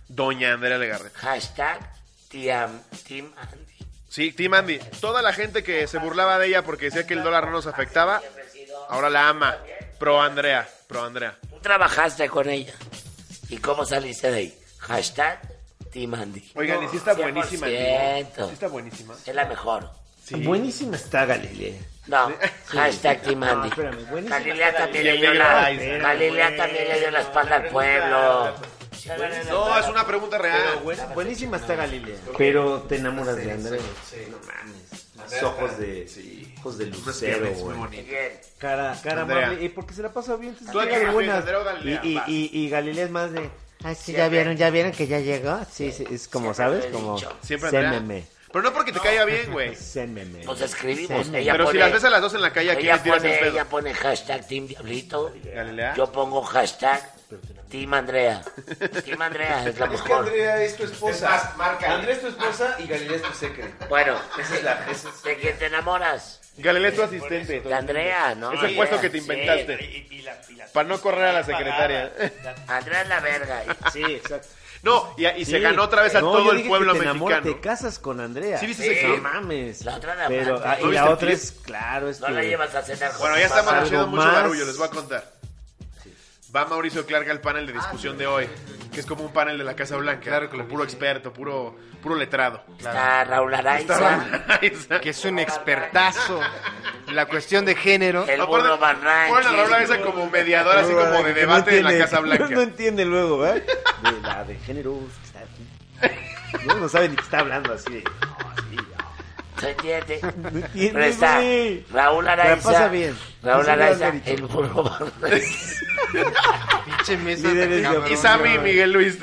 [SPEAKER 2] Doña Andrea Legarreta.
[SPEAKER 1] eh, hashtag Team, team Andy.
[SPEAKER 2] Sí, Tim Andy. Toda la gente que se burlaba de ella porque decía que el dólar no nos afectaba, ahora la ama. Pro Andrea, pro Andrea.
[SPEAKER 1] Tú trabajaste con ella. ¿Y cómo saliste de ahí? Hashtag Team Andy.
[SPEAKER 2] Oigan, y sí está buenísima, ¿no?
[SPEAKER 1] 100%.
[SPEAKER 2] Sí está buenísima.
[SPEAKER 1] Es la mejor.
[SPEAKER 5] Buenísima está Galilea.
[SPEAKER 1] No, hashtag Team
[SPEAKER 5] No,
[SPEAKER 1] Andy.
[SPEAKER 5] espérame, buenísima
[SPEAKER 1] Galilea
[SPEAKER 5] está
[SPEAKER 1] también
[SPEAKER 2] Galilea.
[SPEAKER 1] le dio la,
[SPEAKER 2] Ay, espérame,
[SPEAKER 1] Galilea
[SPEAKER 2] güey.
[SPEAKER 1] también le dio la espalda al pueblo.
[SPEAKER 2] No, es una pregunta real.
[SPEAKER 5] Ah, Buenísima está Galilea. Pero te enamoras de Andrea. No mames. Los ojos de, ojos de lucero,
[SPEAKER 2] piernas muy
[SPEAKER 5] güey.
[SPEAKER 2] bonitas.
[SPEAKER 1] Bien.
[SPEAKER 5] Cara, cara
[SPEAKER 2] Andrea.
[SPEAKER 5] amable. Y porque se la pasa bien. entonces
[SPEAKER 2] Tú a
[SPEAKER 5] llega
[SPEAKER 2] quién
[SPEAKER 5] de
[SPEAKER 2] prefieres,
[SPEAKER 5] buenas.
[SPEAKER 2] Andrea o Galilea?
[SPEAKER 5] Y, y,
[SPEAKER 2] Va.
[SPEAKER 5] y- y Galilea es más de... Ah, sí,
[SPEAKER 1] Siempre.
[SPEAKER 5] ya vieron, ya vieron que ya llegó. Sí, sí, es como,
[SPEAKER 1] Siempre
[SPEAKER 5] ¿sabes?
[SPEAKER 1] lo he
[SPEAKER 5] Como...
[SPEAKER 1] dicho.
[SPEAKER 2] Siempre
[SPEAKER 5] sé
[SPEAKER 2] Andrea.
[SPEAKER 5] meme,
[SPEAKER 2] Pero no porque te caiga bien, güey.
[SPEAKER 5] sé meme.
[SPEAKER 1] Nos escribimos.
[SPEAKER 5] Sí.
[SPEAKER 1] Ella
[SPEAKER 2] Pero si
[SPEAKER 1] pone-
[SPEAKER 2] las ves a las dos en la calle, aquí le
[SPEAKER 1] Ella
[SPEAKER 2] tiras el
[SPEAKER 1] pone,
[SPEAKER 2] pedo?
[SPEAKER 1] ella pone hashtag Team Diablito.
[SPEAKER 2] Galilea.
[SPEAKER 1] Yo pongo hashtag Team Andrea. Team Andrea es la
[SPEAKER 11] Es que
[SPEAKER 1] mejor.
[SPEAKER 11] Andrea es tu esposa.
[SPEAKER 2] Es más, marca.
[SPEAKER 11] Andrea es tu esposa
[SPEAKER 1] Ah.
[SPEAKER 11] y Galilea es tu secre.
[SPEAKER 1] Bueno,
[SPEAKER 11] Esa es la. Esa es...
[SPEAKER 1] ¿de quién te enamoras?
[SPEAKER 2] Galilea es tu asistente.
[SPEAKER 1] De Andrea, ¿no?
[SPEAKER 2] Ese puesto que te inventaste. Para no correr a la secretaria.
[SPEAKER 1] Sí. Andrea es la verga.
[SPEAKER 5] Sí, exacto.
[SPEAKER 2] No, y, y se
[SPEAKER 5] Sí.
[SPEAKER 2] ganó otra vez a
[SPEAKER 5] No, yo
[SPEAKER 2] todo el
[SPEAKER 5] dije
[SPEAKER 2] pueblo
[SPEAKER 5] que te enamora,
[SPEAKER 2] mexicano.
[SPEAKER 5] te casas con Andrea.
[SPEAKER 2] ¿Sí viste
[SPEAKER 1] ese
[SPEAKER 5] No
[SPEAKER 1] clip?
[SPEAKER 5] mames.
[SPEAKER 1] La otra la
[SPEAKER 5] Pero,
[SPEAKER 1] mata.
[SPEAKER 5] ah,
[SPEAKER 1] ¿No
[SPEAKER 5] y
[SPEAKER 2] viste
[SPEAKER 5] la
[SPEAKER 2] el
[SPEAKER 5] otra
[SPEAKER 2] clip?
[SPEAKER 5] es, claro, es
[SPEAKER 1] No
[SPEAKER 5] que...
[SPEAKER 1] la llevas a cenar. con
[SPEAKER 2] Bueno,
[SPEAKER 1] tu
[SPEAKER 2] ya estamos
[SPEAKER 1] mamá.
[SPEAKER 2] haciendo
[SPEAKER 5] Algo
[SPEAKER 2] mucho
[SPEAKER 5] más.
[SPEAKER 2] barullo, les voy a contar. Va Mauricio Clark al
[SPEAKER 5] Ah,
[SPEAKER 2] panel de discusión de hoy, que es como un panel de la Casa Blanca, con puro experto, puro, puro letrado.
[SPEAKER 1] Está Raúl Araiza.
[SPEAKER 2] Ahí está.
[SPEAKER 3] Que es un expertazo. en La cuestión de género.
[SPEAKER 1] El
[SPEAKER 2] Aparte,
[SPEAKER 1] burro Barranqui.
[SPEAKER 2] Ponen a Raúl Araiza como mediador, así como de
[SPEAKER 5] Que no
[SPEAKER 2] debate de la
[SPEAKER 5] entiende-
[SPEAKER 2] Casa Blanca.
[SPEAKER 5] No, no entiende luego, ¿eh? De la de género que está aquí. No, no sabe ni qué está hablando así. de-
[SPEAKER 1] ¿Se entiende?
[SPEAKER 5] No entiende,
[SPEAKER 1] Pero está
[SPEAKER 5] güey.
[SPEAKER 1] Raúl Araiza.
[SPEAKER 5] La pasa bien.
[SPEAKER 1] Raúl
[SPEAKER 5] Ese
[SPEAKER 1] Araiza,
[SPEAKER 5] gran
[SPEAKER 1] el burro Barranqui.
[SPEAKER 3] Pinche mesa
[SPEAKER 5] Líderes
[SPEAKER 3] de
[SPEAKER 5] de
[SPEAKER 3] cabrón,
[SPEAKER 2] Y Sammy y
[SPEAKER 3] güey.
[SPEAKER 2] Miguel Luis.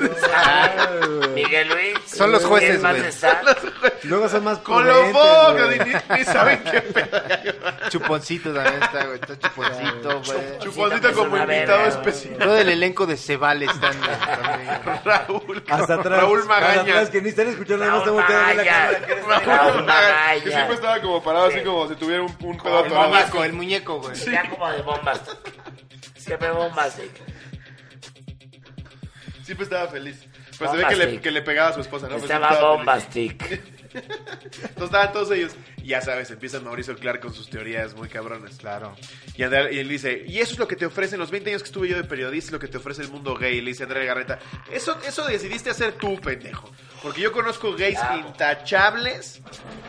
[SPEAKER 1] Miguel Luis.
[SPEAKER 3] Son los jueces,
[SPEAKER 1] ¿Quién más
[SPEAKER 3] güey.
[SPEAKER 1] está?
[SPEAKER 5] Luego son más
[SPEAKER 2] Con los
[SPEAKER 5] prudentes, güey.
[SPEAKER 2] ni, ni saben qué pedo.
[SPEAKER 3] Chuponcito también está, güey. Está chuponcito, güey.
[SPEAKER 2] Chuponcito como
[SPEAKER 1] Una
[SPEAKER 2] invitado
[SPEAKER 1] verga.
[SPEAKER 2] especial.
[SPEAKER 3] Todo el elenco de Cebal están güey, también.
[SPEAKER 2] Raúl.
[SPEAKER 5] Hasta atrás.
[SPEAKER 2] Raúl
[SPEAKER 5] Hasta
[SPEAKER 2] Magaña.
[SPEAKER 5] atrás, que ni están escuchando, nada más
[SPEAKER 1] Raúl
[SPEAKER 5] están volteando a ver la
[SPEAKER 1] Magaña.
[SPEAKER 5] cámara.
[SPEAKER 1] Raúl
[SPEAKER 2] Raúl Magaña. Que siempre
[SPEAKER 1] Magaña.
[SPEAKER 2] estaba como parado así como si tuviera un, un pedo
[SPEAKER 3] El
[SPEAKER 2] atorado.
[SPEAKER 3] muñeco, el muñeco, güey.
[SPEAKER 1] Ya como de bombas. Siempre bombas. ¿eh?
[SPEAKER 2] Siempre estaba feliz. Pero se ve que le,
[SPEAKER 1] Bombastic.
[SPEAKER 2] que le pegaba a su esposa, ¿no? Pues siempre
[SPEAKER 1] Estaba
[SPEAKER 2] feliz.
[SPEAKER 1] bombastic.
[SPEAKER 2] Entonces estaban todos ellos. Y Ya sabes, empieza Mauricio Clark con sus teorías muy cabrones.
[SPEAKER 3] Claro.
[SPEAKER 2] Y, Andrea- y él dice, y eso es lo que te ofrecen los 20 años que estuve yo de periodista, es lo que te ofrece el mundo gay. Y le dice Andrea Garreta, eso, eso decidiste hacer tú, pendejo. Porque yo conozco gays intachables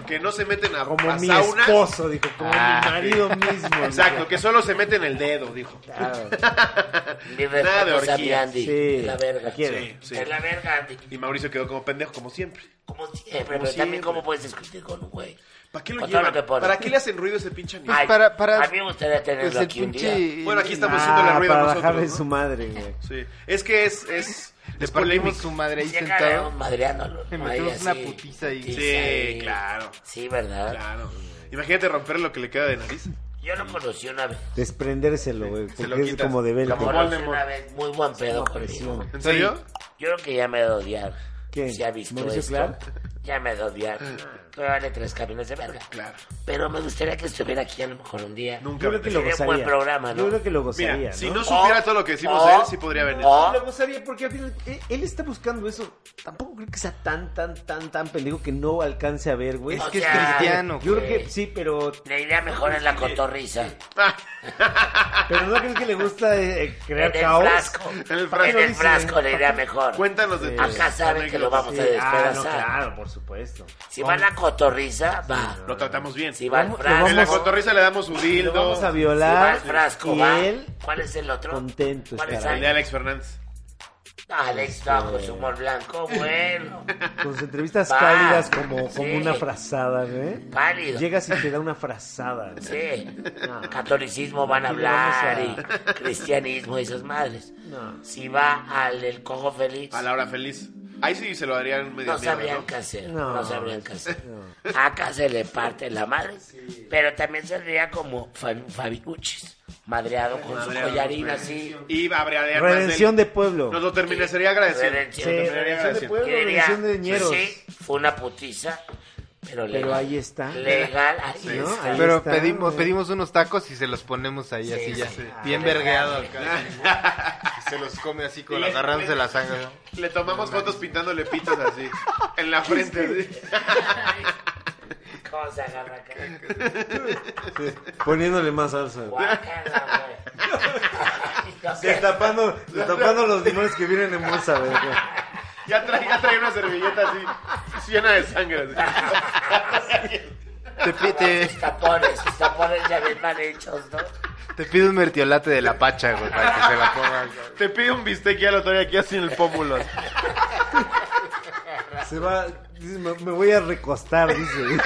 [SPEAKER 2] que no se meten a,
[SPEAKER 5] Como
[SPEAKER 2] a
[SPEAKER 5] mi
[SPEAKER 2] saunas.
[SPEAKER 5] esposo, dijo, como
[SPEAKER 3] Ah,
[SPEAKER 5] mi marido mismo. Ah,
[SPEAKER 2] Exacto, que solo se meten el dedo, dijo.
[SPEAKER 5] Claro.
[SPEAKER 1] Mi
[SPEAKER 2] Nada de
[SPEAKER 1] respeto a mi
[SPEAKER 2] orgías.
[SPEAKER 1] Andy.
[SPEAKER 5] Sí,
[SPEAKER 1] Es la verga.
[SPEAKER 5] la quiero. Sí,
[SPEAKER 2] sí.
[SPEAKER 1] Es la verga, Andy.
[SPEAKER 2] Y Mauricio quedó como pendejo, como siempre.
[SPEAKER 1] Como siempre, pero también cómo puedes discutir con un güey.
[SPEAKER 2] ¿Para qué lo
[SPEAKER 1] Con todo
[SPEAKER 2] llevan?
[SPEAKER 1] lo que pone.
[SPEAKER 2] ¿Para qué le hacen ruido a ese pinche animal?
[SPEAKER 1] Ay,
[SPEAKER 3] Pues para- para-
[SPEAKER 1] a mí me gustaría tenerlo
[SPEAKER 3] Pues el
[SPEAKER 1] aquí un día.
[SPEAKER 3] pinche.
[SPEAKER 2] Bueno, aquí estamos haciendo la
[SPEAKER 5] Ah,
[SPEAKER 2] rueda
[SPEAKER 5] para
[SPEAKER 2] nosotros,
[SPEAKER 5] bajarle
[SPEAKER 2] ¿no?
[SPEAKER 5] su madre, güey.
[SPEAKER 2] Sí. Es que es, es,
[SPEAKER 3] Le partimos
[SPEAKER 2] es polémico.
[SPEAKER 3] su madre ahí
[SPEAKER 1] Llega
[SPEAKER 3] sentado.
[SPEAKER 1] un madreándolo.
[SPEAKER 3] Le
[SPEAKER 1] ¿no?
[SPEAKER 3] metemos
[SPEAKER 1] Ahí
[SPEAKER 3] una
[SPEAKER 1] así.
[SPEAKER 3] putiza ahí.
[SPEAKER 1] Putiza
[SPEAKER 2] Sí,
[SPEAKER 1] ahí.
[SPEAKER 2] claro,
[SPEAKER 1] Sí, ¿verdad?
[SPEAKER 2] claro. Imagínate romper lo que le queda de nariz.
[SPEAKER 1] Yo lo conocí una vez.
[SPEAKER 5] Desprendérselo, güey. Porque
[SPEAKER 2] lo
[SPEAKER 5] es
[SPEAKER 2] quitas.
[SPEAKER 5] como de
[SPEAKER 1] Lo
[SPEAKER 5] velcro.
[SPEAKER 2] Como
[SPEAKER 1] conocí
[SPEAKER 2] Voldemort.
[SPEAKER 1] una vez. Muy buen pedo conmigo.
[SPEAKER 5] presión.
[SPEAKER 2] ¿En serio?
[SPEAKER 1] Yo creo que ya me he de odiar.
[SPEAKER 5] ¿Qué?
[SPEAKER 1] Si ha visto
[SPEAKER 5] ¿Mauricio
[SPEAKER 1] esto,
[SPEAKER 5] Clark?
[SPEAKER 1] ya me he de odiar.
[SPEAKER 3] Ah.
[SPEAKER 1] Me vale tres caminos de verga.
[SPEAKER 2] Claro.
[SPEAKER 1] Pero me gustaría que estuviera aquí a lo mejor un día.
[SPEAKER 2] Nunca
[SPEAKER 5] Yo creo que
[SPEAKER 1] Sería
[SPEAKER 5] lo
[SPEAKER 1] un
[SPEAKER 5] gozaría.
[SPEAKER 1] buen programa, ¿no?
[SPEAKER 5] Yo creo que lo gozaría,
[SPEAKER 2] Mira, si
[SPEAKER 5] ¿no?
[SPEAKER 2] no supiera
[SPEAKER 1] O-
[SPEAKER 2] todo lo que decimos
[SPEAKER 1] o-
[SPEAKER 2] de él, sí podría venir.
[SPEAKER 3] ¿Ah?
[SPEAKER 1] o-
[SPEAKER 5] Lo gozaría porque al final él, él está buscando eso. Tampoco creo que sea tan, tan, tan, tan pendejo que no alcance a ver, güey.
[SPEAKER 3] Es
[SPEAKER 1] O
[SPEAKER 3] que es
[SPEAKER 1] sea,
[SPEAKER 3] cristiano,
[SPEAKER 5] Yo
[SPEAKER 3] güey.
[SPEAKER 5] creo que sí, pero,
[SPEAKER 1] La idea mejor
[SPEAKER 2] Pues
[SPEAKER 1] es la cotorriza.
[SPEAKER 5] pero no creo que le gusta eh,
[SPEAKER 1] En
[SPEAKER 5] crear
[SPEAKER 1] el
[SPEAKER 5] caos.
[SPEAKER 1] frasco.
[SPEAKER 2] En el
[SPEAKER 1] En
[SPEAKER 2] frasco.
[SPEAKER 1] el frasco, la idea mejor.
[SPEAKER 2] Cuéntanos de tus
[SPEAKER 1] Acá saben que lo vamos
[SPEAKER 2] anécdotas.
[SPEAKER 5] Sí,
[SPEAKER 1] a
[SPEAKER 5] ah, no,
[SPEAKER 1] despedazar.
[SPEAKER 5] claro, por supuesto.
[SPEAKER 1] Si va la cotorriza, va.
[SPEAKER 2] Lo tratamos bien.
[SPEAKER 1] Si va el
[SPEAKER 5] Vamos-
[SPEAKER 1] frasco.
[SPEAKER 2] En la cotorriza le damos su
[SPEAKER 5] Lo vamos
[SPEAKER 1] Si va
[SPEAKER 2] dildo.
[SPEAKER 5] a
[SPEAKER 1] el
[SPEAKER 5] violar
[SPEAKER 1] frasco,
[SPEAKER 5] y
[SPEAKER 1] va.
[SPEAKER 5] él
[SPEAKER 1] ¿Cuál es el otro?
[SPEAKER 5] contento
[SPEAKER 1] ¿Cuál es
[SPEAKER 5] estará.
[SPEAKER 2] El de
[SPEAKER 1] el Ah,
[SPEAKER 2] Alex Fernández.
[SPEAKER 1] Alex Bajo, su humor blanco, bueno.
[SPEAKER 5] Con sus entrevistas
[SPEAKER 1] Va.
[SPEAKER 5] cálidas como, como
[SPEAKER 1] Sí.
[SPEAKER 5] una frazada, ¿eh?
[SPEAKER 1] Pálido.
[SPEAKER 5] Llegas y te da una frazada. ¿eh?
[SPEAKER 1] Sí. Catolicismo van a
[SPEAKER 5] Aquí le vamos
[SPEAKER 1] hablar
[SPEAKER 5] a-
[SPEAKER 1] y cristianismo y esas madres. Si va al El Cojo Feliz,
[SPEAKER 2] A la hora feliz. Ahí sí se lo darían medio
[SPEAKER 1] no
[SPEAKER 2] mierda,
[SPEAKER 1] sabrían
[SPEAKER 2] ¿no?
[SPEAKER 1] qué hacer.
[SPEAKER 2] No.
[SPEAKER 1] No, sabrían qué hacer. Acá se le parte la madre, pero también se veía como Fabi- Fabicuchis, madreado con
[SPEAKER 2] Madreado,
[SPEAKER 1] su collarín
[SPEAKER 2] madre.
[SPEAKER 1] así.
[SPEAKER 2] Y va a breadear más
[SPEAKER 5] Redención
[SPEAKER 2] de
[SPEAKER 5] de
[SPEAKER 2] él.
[SPEAKER 5] pueblo.
[SPEAKER 2] Nos lo terminaría agradeciendo.
[SPEAKER 1] Redención.
[SPEAKER 2] Nos
[SPEAKER 1] Sí,
[SPEAKER 2] lo terminaría
[SPEAKER 1] redención
[SPEAKER 2] agradeciendo.
[SPEAKER 1] Yo diría,
[SPEAKER 5] redención de ñeros.
[SPEAKER 1] pues sí, fue una putiza, pero legal.
[SPEAKER 5] Pero ahí está.
[SPEAKER 1] Legal, ahí
[SPEAKER 5] Sí, ¿no?
[SPEAKER 1] está.
[SPEAKER 5] Ahí
[SPEAKER 3] Pero
[SPEAKER 5] está,
[SPEAKER 3] pedimos,
[SPEAKER 5] güey.
[SPEAKER 3] pedimos unos tacos y se los ponemos ahí así ya. Bien vergueado acá. Y se los come así con las agarrándose la sangre. ¿no?
[SPEAKER 2] Le tomamos fotos pintándole pitos así. En la frente. así.
[SPEAKER 1] ¿Cómo se agarra acá?
[SPEAKER 5] Poniéndole más salsa.
[SPEAKER 1] Guácala, güey.
[SPEAKER 5] Destapando, destapando los limones que vienen en bolsa, güey.
[SPEAKER 2] Ya trae, ya trae una servilleta así. Llena de sangre. así.
[SPEAKER 3] Te, pi- te-
[SPEAKER 1] Sus tapones, sus tapones ya bien mal hechos, ¿no?
[SPEAKER 3] te pido un mertiolate de la pacha, güey, para que se la comas. güey.
[SPEAKER 2] Te pide un bistec y ya lo trae aquí así en el pómulo.
[SPEAKER 5] Se va, dice, me, me voy a recostar, dice.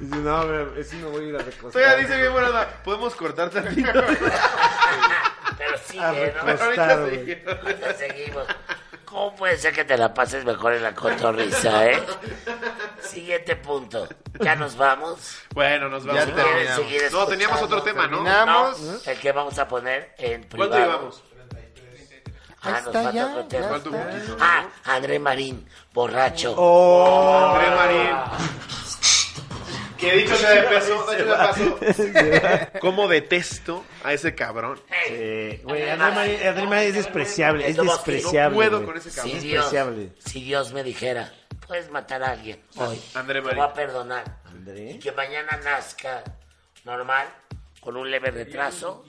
[SPEAKER 5] Dice, no, a ver, ese no voy a ir a recostar.
[SPEAKER 2] Todavía dice bien buena onda, Podemos cortar tantito.
[SPEAKER 1] Pero sí,
[SPEAKER 5] A
[SPEAKER 1] ¿eh? ¿no?
[SPEAKER 5] recostar,
[SPEAKER 1] Ahorita
[SPEAKER 5] güey.
[SPEAKER 1] seguimos. Ahorita seguimos. ¿Cómo puede ser que te la pases mejor en la cotorrisa, eh? Siguiente punto. Ya nos vamos.
[SPEAKER 2] Bueno, nos vamos.
[SPEAKER 1] Si quieren seguir
[SPEAKER 2] No, teníamos
[SPEAKER 1] escuchando,
[SPEAKER 2] otro tema, ¿no?
[SPEAKER 3] Terminamos.
[SPEAKER 1] No, el que vamos a poner en privado.
[SPEAKER 2] ¿Cuánto llevamos?
[SPEAKER 1] Ah, nos
[SPEAKER 3] está,
[SPEAKER 1] falta
[SPEAKER 3] ya,
[SPEAKER 1] otro
[SPEAKER 3] ya
[SPEAKER 1] tema.
[SPEAKER 2] Falta un poquito.
[SPEAKER 1] Ah, André Marín, borracho.
[SPEAKER 5] Oh,
[SPEAKER 2] André Marín. Que dicho sea de peso, dicho sea de paso. ¿Cómo detesto a ese cabrón?
[SPEAKER 5] Sí, güey, André Marín- André Marín es despreciable, es despreciable.
[SPEAKER 2] No puedo
[SPEAKER 5] güey.
[SPEAKER 2] con ese
[SPEAKER 1] Si
[SPEAKER 2] cabrón.
[SPEAKER 5] Sí.
[SPEAKER 1] Dios,
[SPEAKER 5] despreciable.
[SPEAKER 1] si Dios me dijera, puedes matar a alguien hoy.
[SPEAKER 2] André
[SPEAKER 1] Te
[SPEAKER 2] Marín.
[SPEAKER 1] va a perdonar.
[SPEAKER 5] André.
[SPEAKER 1] Y que mañana nazca normal, con un leve retraso.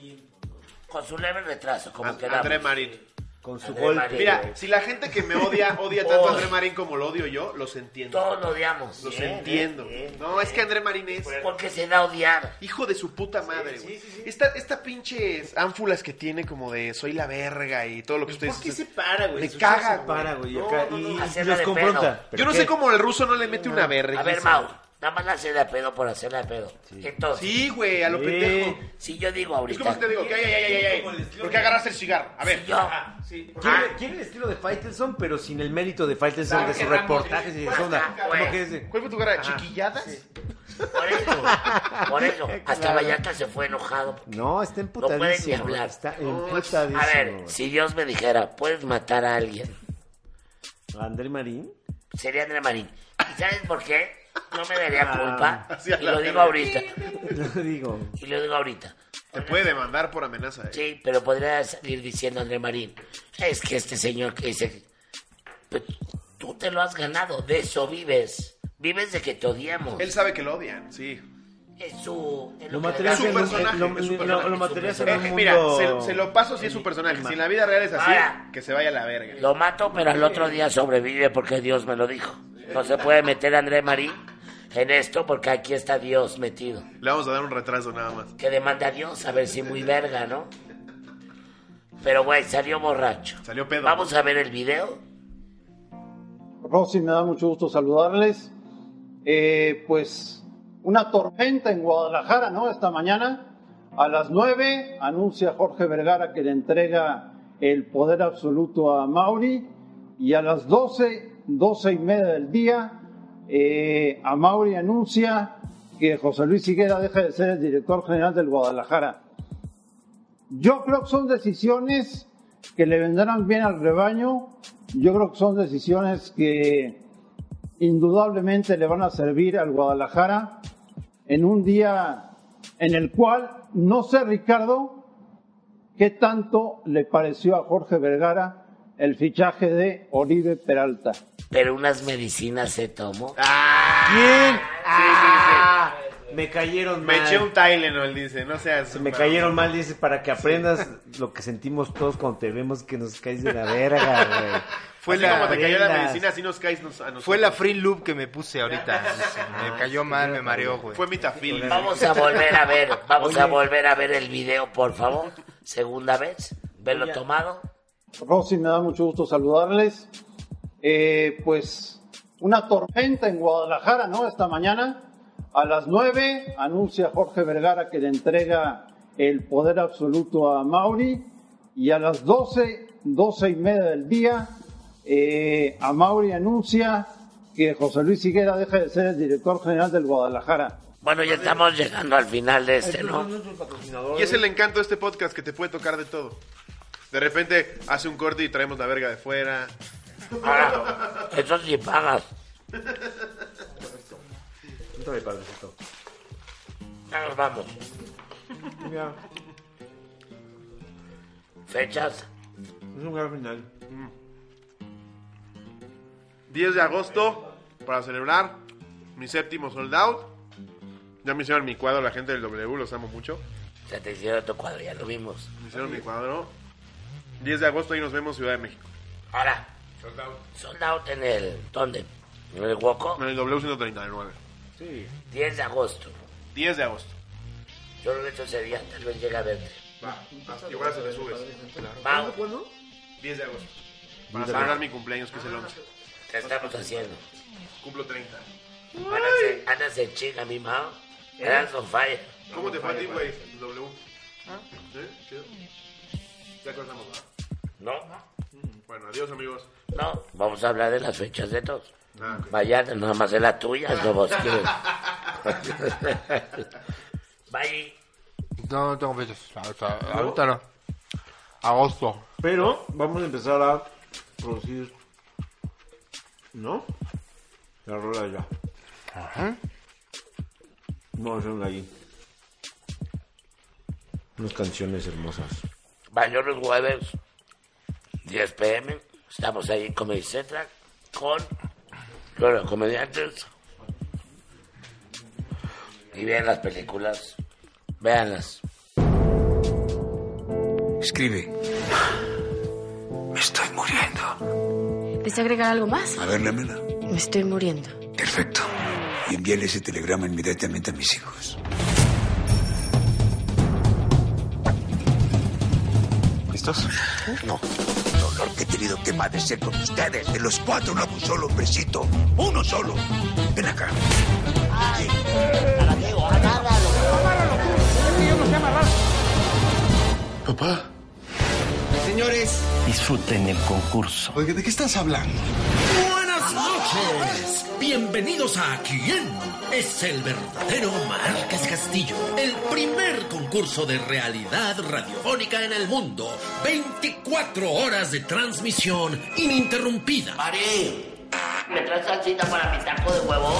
[SPEAKER 1] Con su leve retraso, como
[SPEAKER 2] An-
[SPEAKER 1] quedamos.
[SPEAKER 2] André Marín.
[SPEAKER 5] Con su
[SPEAKER 1] André
[SPEAKER 5] golpe.
[SPEAKER 1] Marín.
[SPEAKER 2] Mira, si la gente que me odia odia tanto a
[SPEAKER 1] Uy.
[SPEAKER 2] André Marín como lo odio yo, los entiendo.
[SPEAKER 1] Oh. Todos lo odiamos. ¿eh?
[SPEAKER 2] Los
[SPEAKER 1] Bien,
[SPEAKER 2] entiendo.
[SPEAKER 1] bien, bien.
[SPEAKER 2] No, es que André Marín es
[SPEAKER 1] Porque se da a odiar.
[SPEAKER 2] hijo de su puta madre, güey. Esta, esta pinche ánfulas que tiene como de soy la verga y todo lo que
[SPEAKER 1] Pues,
[SPEAKER 2] ustedes
[SPEAKER 11] ¿Por qué se para, güey?
[SPEAKER 2] Me
[SPEAKER 11] Su
[SPEAKER 2] caga,
[SPEAKER 11] chavo
[SPEAKER 2] güey.
[SPEAKER 5] Para, güey, acá.
[SPEAKER 1] No, no, no.
[SPEAKER 5] y- Y
[SPEAKER 1] Hacerla
[SPEAKER 5] los
[SPEAKER 1] de
[SPEAKER 5] confronta.
[SPEAKER 1] pedo.
[SPEAKER 2] Yo no
[SPEAKER 5] ¿Pero
[SPEAKER 2] sé
[SPEAKER 5] qué?
[SPEAKER 2] cómo el ruso no le mete una verga.
[SPEAKER 1] A ver, Mau, nada más la hacerla de pedo por hacerla de pedo. Entonces,
[SPEAKER 2] Sí, güey, a lo
[SPEAKER 5] Sí.
[SPEAKER 2] pendejo.
[SPEAKER 1] si yo digo
[SPEAKER 2] Es
[SPEAKER 1] ahorita...
[SPEAKER 2] como si te digo, que ay, ay, ay, ay, ay, ¿Por qué agarraste el cigarro? A ver.
[SPEAKER 1] si yo-
[SPEAKER 2] Ah, sí.
[SPEAKER 5] Quiere, quiere el estilo de Faitelson, pero sin el mérito de Faitelson,
[SPEAKER 2] Claro,
[SPEAKER 5] de sus
[SPEAKER 2] que pues, Ramos,
[SPEAKER 5] reportajes y de su onda.
[SPEAKER 1] Ajá,
[SPEAKER 5] Como
[SPEAKER 1] güey.
[SPEAKER 5] que dice,
[SPEAKER 2] ¿Cuál fue tu cara? ¿Chiquilladas?
[SPEAKER 1] Por eso, por eso. Hasta Vallarta se fue enojado.
[SPEAKER 5] No, está
[SPEAKER 1] pueden ni
[SPEAKER 5] emputadísimo.
[SPEAKER 1] hablar.
[SPEAKER 5] Está
[SPEAKER 1] A ver,
[SPEAKER 5] emputadísimo. güey.
[SPEAKER 1] si Dios me dijera, puedes matar a alguien,
[SPEAKER 5] André Marín.
[SPEAKER 1] sería André Marín. ¿Y sabes por qué? No me daría culpa.
[SPEAKER 2] así Ah, a
[SPEAKER 1] Y
[SPEAKER 2] la
[SPEAKER 1] lo digo
[SPEAKER 2] verga.
[SPEAKER 1] ahorita.
[SPEAKER 5] Lo digo.
[SPEAKER 1] Y lo digo ahorita.
[SPEAKER 2] Te puede demandar por amenaza. eh.
[SPEAKER 1] Sí, pero podría salir diciendo André Marín, es que este señor que dice, pues, tú te lo has ganado, de eso vives. Vives de que te odiamos.
[SPEAKER 2] Él sabe que lo odian, Eh, sí.
[SPEAKER 1] Es su... es
[SPEAKER 5] Lo
[SPEAKER 1] que le
[SPEAKER 5] material
[SPEAKER 1] da-
[SPEAKER 2] Es un
[SPEAKER 5] en
[SPEAKER 2] personaje,
[SPEAKER 5] un- eh, lo-
[SPEAKER 2] es un
[SPEAKER 5] lo-
[SPEAKER 2] personaje,
[SPEAKER 5] lo
[SPEAKER 2] es un
[SPEAKER 5] material en
[SPEAKER 2] Eh,
[SPEAKER 5] un mundo.
[SPEAKER 2] mira, se, se lo paso si es su personaje. Si en la vida real es así,
[SPEAKER 1] Ahora.
[SPEAKER 2] que se vaya a la verga.
[SPEAKER 1] Lo mato, pero al otro día sobrevive porque Dios me lo dijo. No se puede meter André Marín en esto porque aquí está Dios metido.
[SPEAKER 2] Le vamos a dar un retraso nada más.
[SPEAKER 1] Que demanda a Dios, a ver si muy verga, ¿no? Pero, güey, salió borracho.
[SPEAKER 2] Salió pedo.
[SPEAKER 1] Vamos a ver el video.
[SPEAKER 12] Rosy, me da mucho gusto saludarles. Eh, pues una tormenta en Guadalajara, ¿no? Esta mañana, a las 9, anuncia Jorge Vergara que le entrega el poder absoluto a Mauri. Y a las 12, 12 y media del día, eh, a Mauri anuncia que José Luis Higuera deja de ser el director general del Guadalajara. Yo creo que son decisiones que le vendrán bien al rebaño. Yo creo que son decisiones que indudablemente le van a servir al Guadalajara en un día en el cual no sé, Ricardo, qué tanto le pareció a Jorge Vergara el fichaje de Oribe Peralta.
[SPEAKER 1] Pero unas medicinas se tomó.
[SPEAKER 5] Ah. ¿Quién? Ah, me cayeron
[SPEAKER 2] Me
[SPEAKER 5] mal.
[SPEAKER 2] eché un Tylenol, dice. No seas.
[SPEAKER 5] Me cayeron mal, dice, para que aprendas lo que sentimos todos cuando te vemos que nos caes de la verga, güey.
[SPEAKER 2] Fue
[SPEAKER 3] Fue
[SPEAKER 2] así
[SPEAKER 3] la-
[SPEAKER 2] como te cayó la
[SPEAKER 5] prendas.
[SPEAKER 2] medicina, así nos caes nos- a nosotros.
[SPEAKER 3] Fue la free loop que me puse ahorita. Me cayó mal, me mareó, güey.
[SPEAKER 2] Fue mitafil.
[SPEAKER 1] Vamos a volver a ver, vamos
[SPEAKER 5] Oye.
[SPEAKER 1] a volver a ver el video, por favor. Segunda vez. verlo tomado.
[SPEAKER 12] Rosy, me da mucho gusto saludarles. Eh, pues una tormenta en Guadalajara, ¿no? Esta mañana, a las 9, anuncia Jorge Vergara que le entrega el poder absoluto a Mauri. Y a las 12, 12 y media del día, eh, a Mauri anuncia que José Luis Higuera deja de ser el director general del Guadalajara.
[SPEAKER 1] Bueno, ya estamos llegando al final de este, ¿no?
[SPEAKER 2] Y es el encanto de este podcast que te puede tocar de todo. De repente hace un corte y traemos la verga de fuera.
[SPEAKER 1] Ahora, eso sí pagas. Ya nos vamos. Fechas.
[SPEAKER 2] Es un gran final. 10 de agosto para celebrar mi séptimo sold out. Ya me hicieron mi cuadro la gente del W, los amo mucho.
[SPEAKER 1] Ya te hicieron tu cuadro, ya lo vimos.
[SPEAKER 2] Me hicieron mi cuadro. 10 de agosto y nos vemos Ciudad de México.
[SPEAKER 1] Ahora. Sold out en el... ¿Dónde? ¿En el Huoco?
[SPEAKER 2] En el W139.
[SPEAKER 1] Sí. 10 de agosto.
[SPEAKER 2] 10 de agosto.
[SPEAKER 1] Yo lo he hecho ese día, tal vez llegue a verte.
[SPEAKER 2] Va, igual se le subes.
[SPEAKER 1] Mau.
[SPEAKER 2] ¿Cuándo? 10 de agosto. Para
[SPEAKER 1] Diez de
[SPEAKER 2] celebrar
[SPEAKER 1] agosto.
[SPEAKER 2] mi cumpleaños, que es el 11.
[SPEAKER 1] ¿Qué estamos haciendo?
[SPEAKER 2] Cumplo 30.
[SPEAKER 1] Ándase, ándase chinga, mi Mao.
[SPEAKER 2] ¿Eh?
[SPEAKER 1] Eras on fire.
[SPEAKER 2] ¿Cómo te fue a ti, güey? W. ¿Eh? ¿Chido? Ya cortamos, va.
[SPEAKER 1] No.
[SPEAKER 2] Bueno, adiós, amigos.
[SPEAKER 1] No. Vamos a hablar de las fechas de todos.
[SPEAKER 2] Ah, ok.
[SPEAKER 1] Vaya, nada más de la tuya, no vos quieres. Bye.
[SPEAKER 13] No, no tengo fechas. Ahorita, ahorita no. Agosto.
[SPEAKER 4] Pero vamos a empezar a producir. ¿No? La rola ya.
[SPEAKER 13] Ajá.
[SPEAKER 4] Vamos a hacer una ahí. Unas canciones hermosas.
[SPEAKER 1] Baño los jueves, 10 pm. Estamos ahí en Comedy Central con todos los comediantes. Y vean las películas. Veanlas.
[SPEAKER 14] Escribe. Me estoy muriendo.
[SPEAKER 15] ¿Desea agregar algo más?
[SPEAKER 14] A ver, lémela.
[SPEAKER 15] Me estoy muriendo.
[SPEAKER 14] Perfecto. Y envíale ese telegrama inmediatamente a mis hijos. ¿Listos? No. El Dolor que he tenido que padecer con ustedes. De los cuatro no un solo hombrecito. Uno solo. Ven acá.
[SPEAKER 16] Papá. Señores. Disfruten el concurso. Oiga, ¿de qué estás hablando?
[SPEAKER 17] Buenas noches. Bienvenidos a Quién es el verdadero Marcas Castillo, el primer concurso de realidad radiofónica en el mundo. 24 horas de transmisión ininterrumpida.
[SPEAKER 1] ¿Me traes salsita para mi taco de huevo?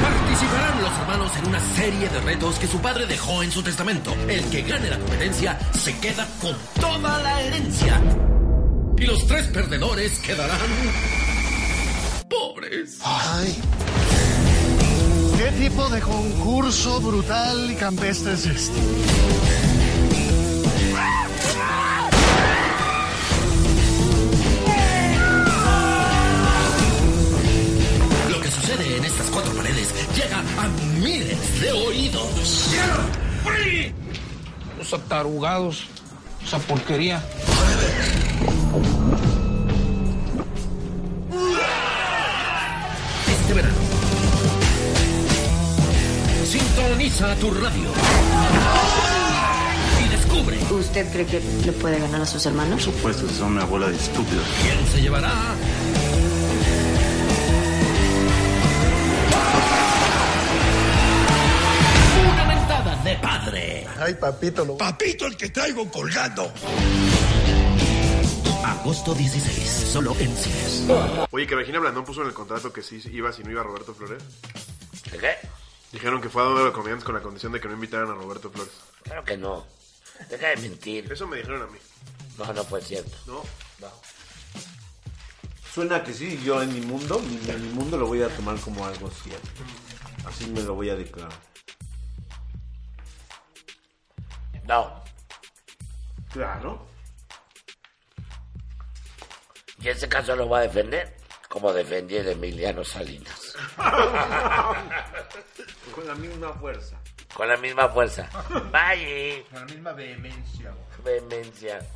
[SPEAKER 17] Participarán los hermanos en una serie de retos que su padre dejó en su testamento. El que gane la competencia se queda con toda la herencia. Y los tres perdedores quedarán pobres.
[SPEAKER 16] ¿Qué tipo de concurso brutal y campestre es este?
[SPEAKER 17] Lo que sucede en estas cuatro paredes llega a miles de oídos.
[SPEAKER 13] Los atarugados. Esa porquería.
[SPEAKER 17] Este verano. Sintoniza tu radio. Y descubre
[SPEAKER 15] ¿Usted cree que le puede ganar a sus hermanos?
[SPEAKER 18] Puestos son una bola de estúpidos.
[SPEAKER 17] quién se llevará. Una mentada de padre.
[SPEAKER 18] Ay, papito, lo...
[SPEAKER 17] Papito el que traigo colgando. Agosto 16, solo en cines.
[SPEAKER 2] Oye, que Regina Blandón puso en el contrato que sí iba si no iba Roberto Flores.
[SPEAKER 1] ¿De qué?
[SPEAKER 2] Dijeron que fue a donde los comediantes con la condición de que no invitaran a Roberto Flores.
[SPEAKER 1] Claro que no. Deja de mentir.
[SPEAKER 2] Eso me dijeron a mí.
[SPEAKER 1] No, no fue cierto.
[SPEAKER 2] No.
[SPEAKER 4] Suena que sí, yo en mi mundo, mi- en mi mundo lo voy a tomar como algo cierto. Así me lo voy a declarar.
[SPEAKER 1] No.
[SPEAKER 4] Claro.
[SPEAKER 1] Y ese caso lo va a defender como defendí el Emiliano Salinas.
[SPEAKER 4] Con la misma fuerza.
[SPEAKER 1] Con la misma fuerza. Bye.
[SPEAKER 4] Con la misma vehemencia.
[SPEAKER 1] Vehemencia.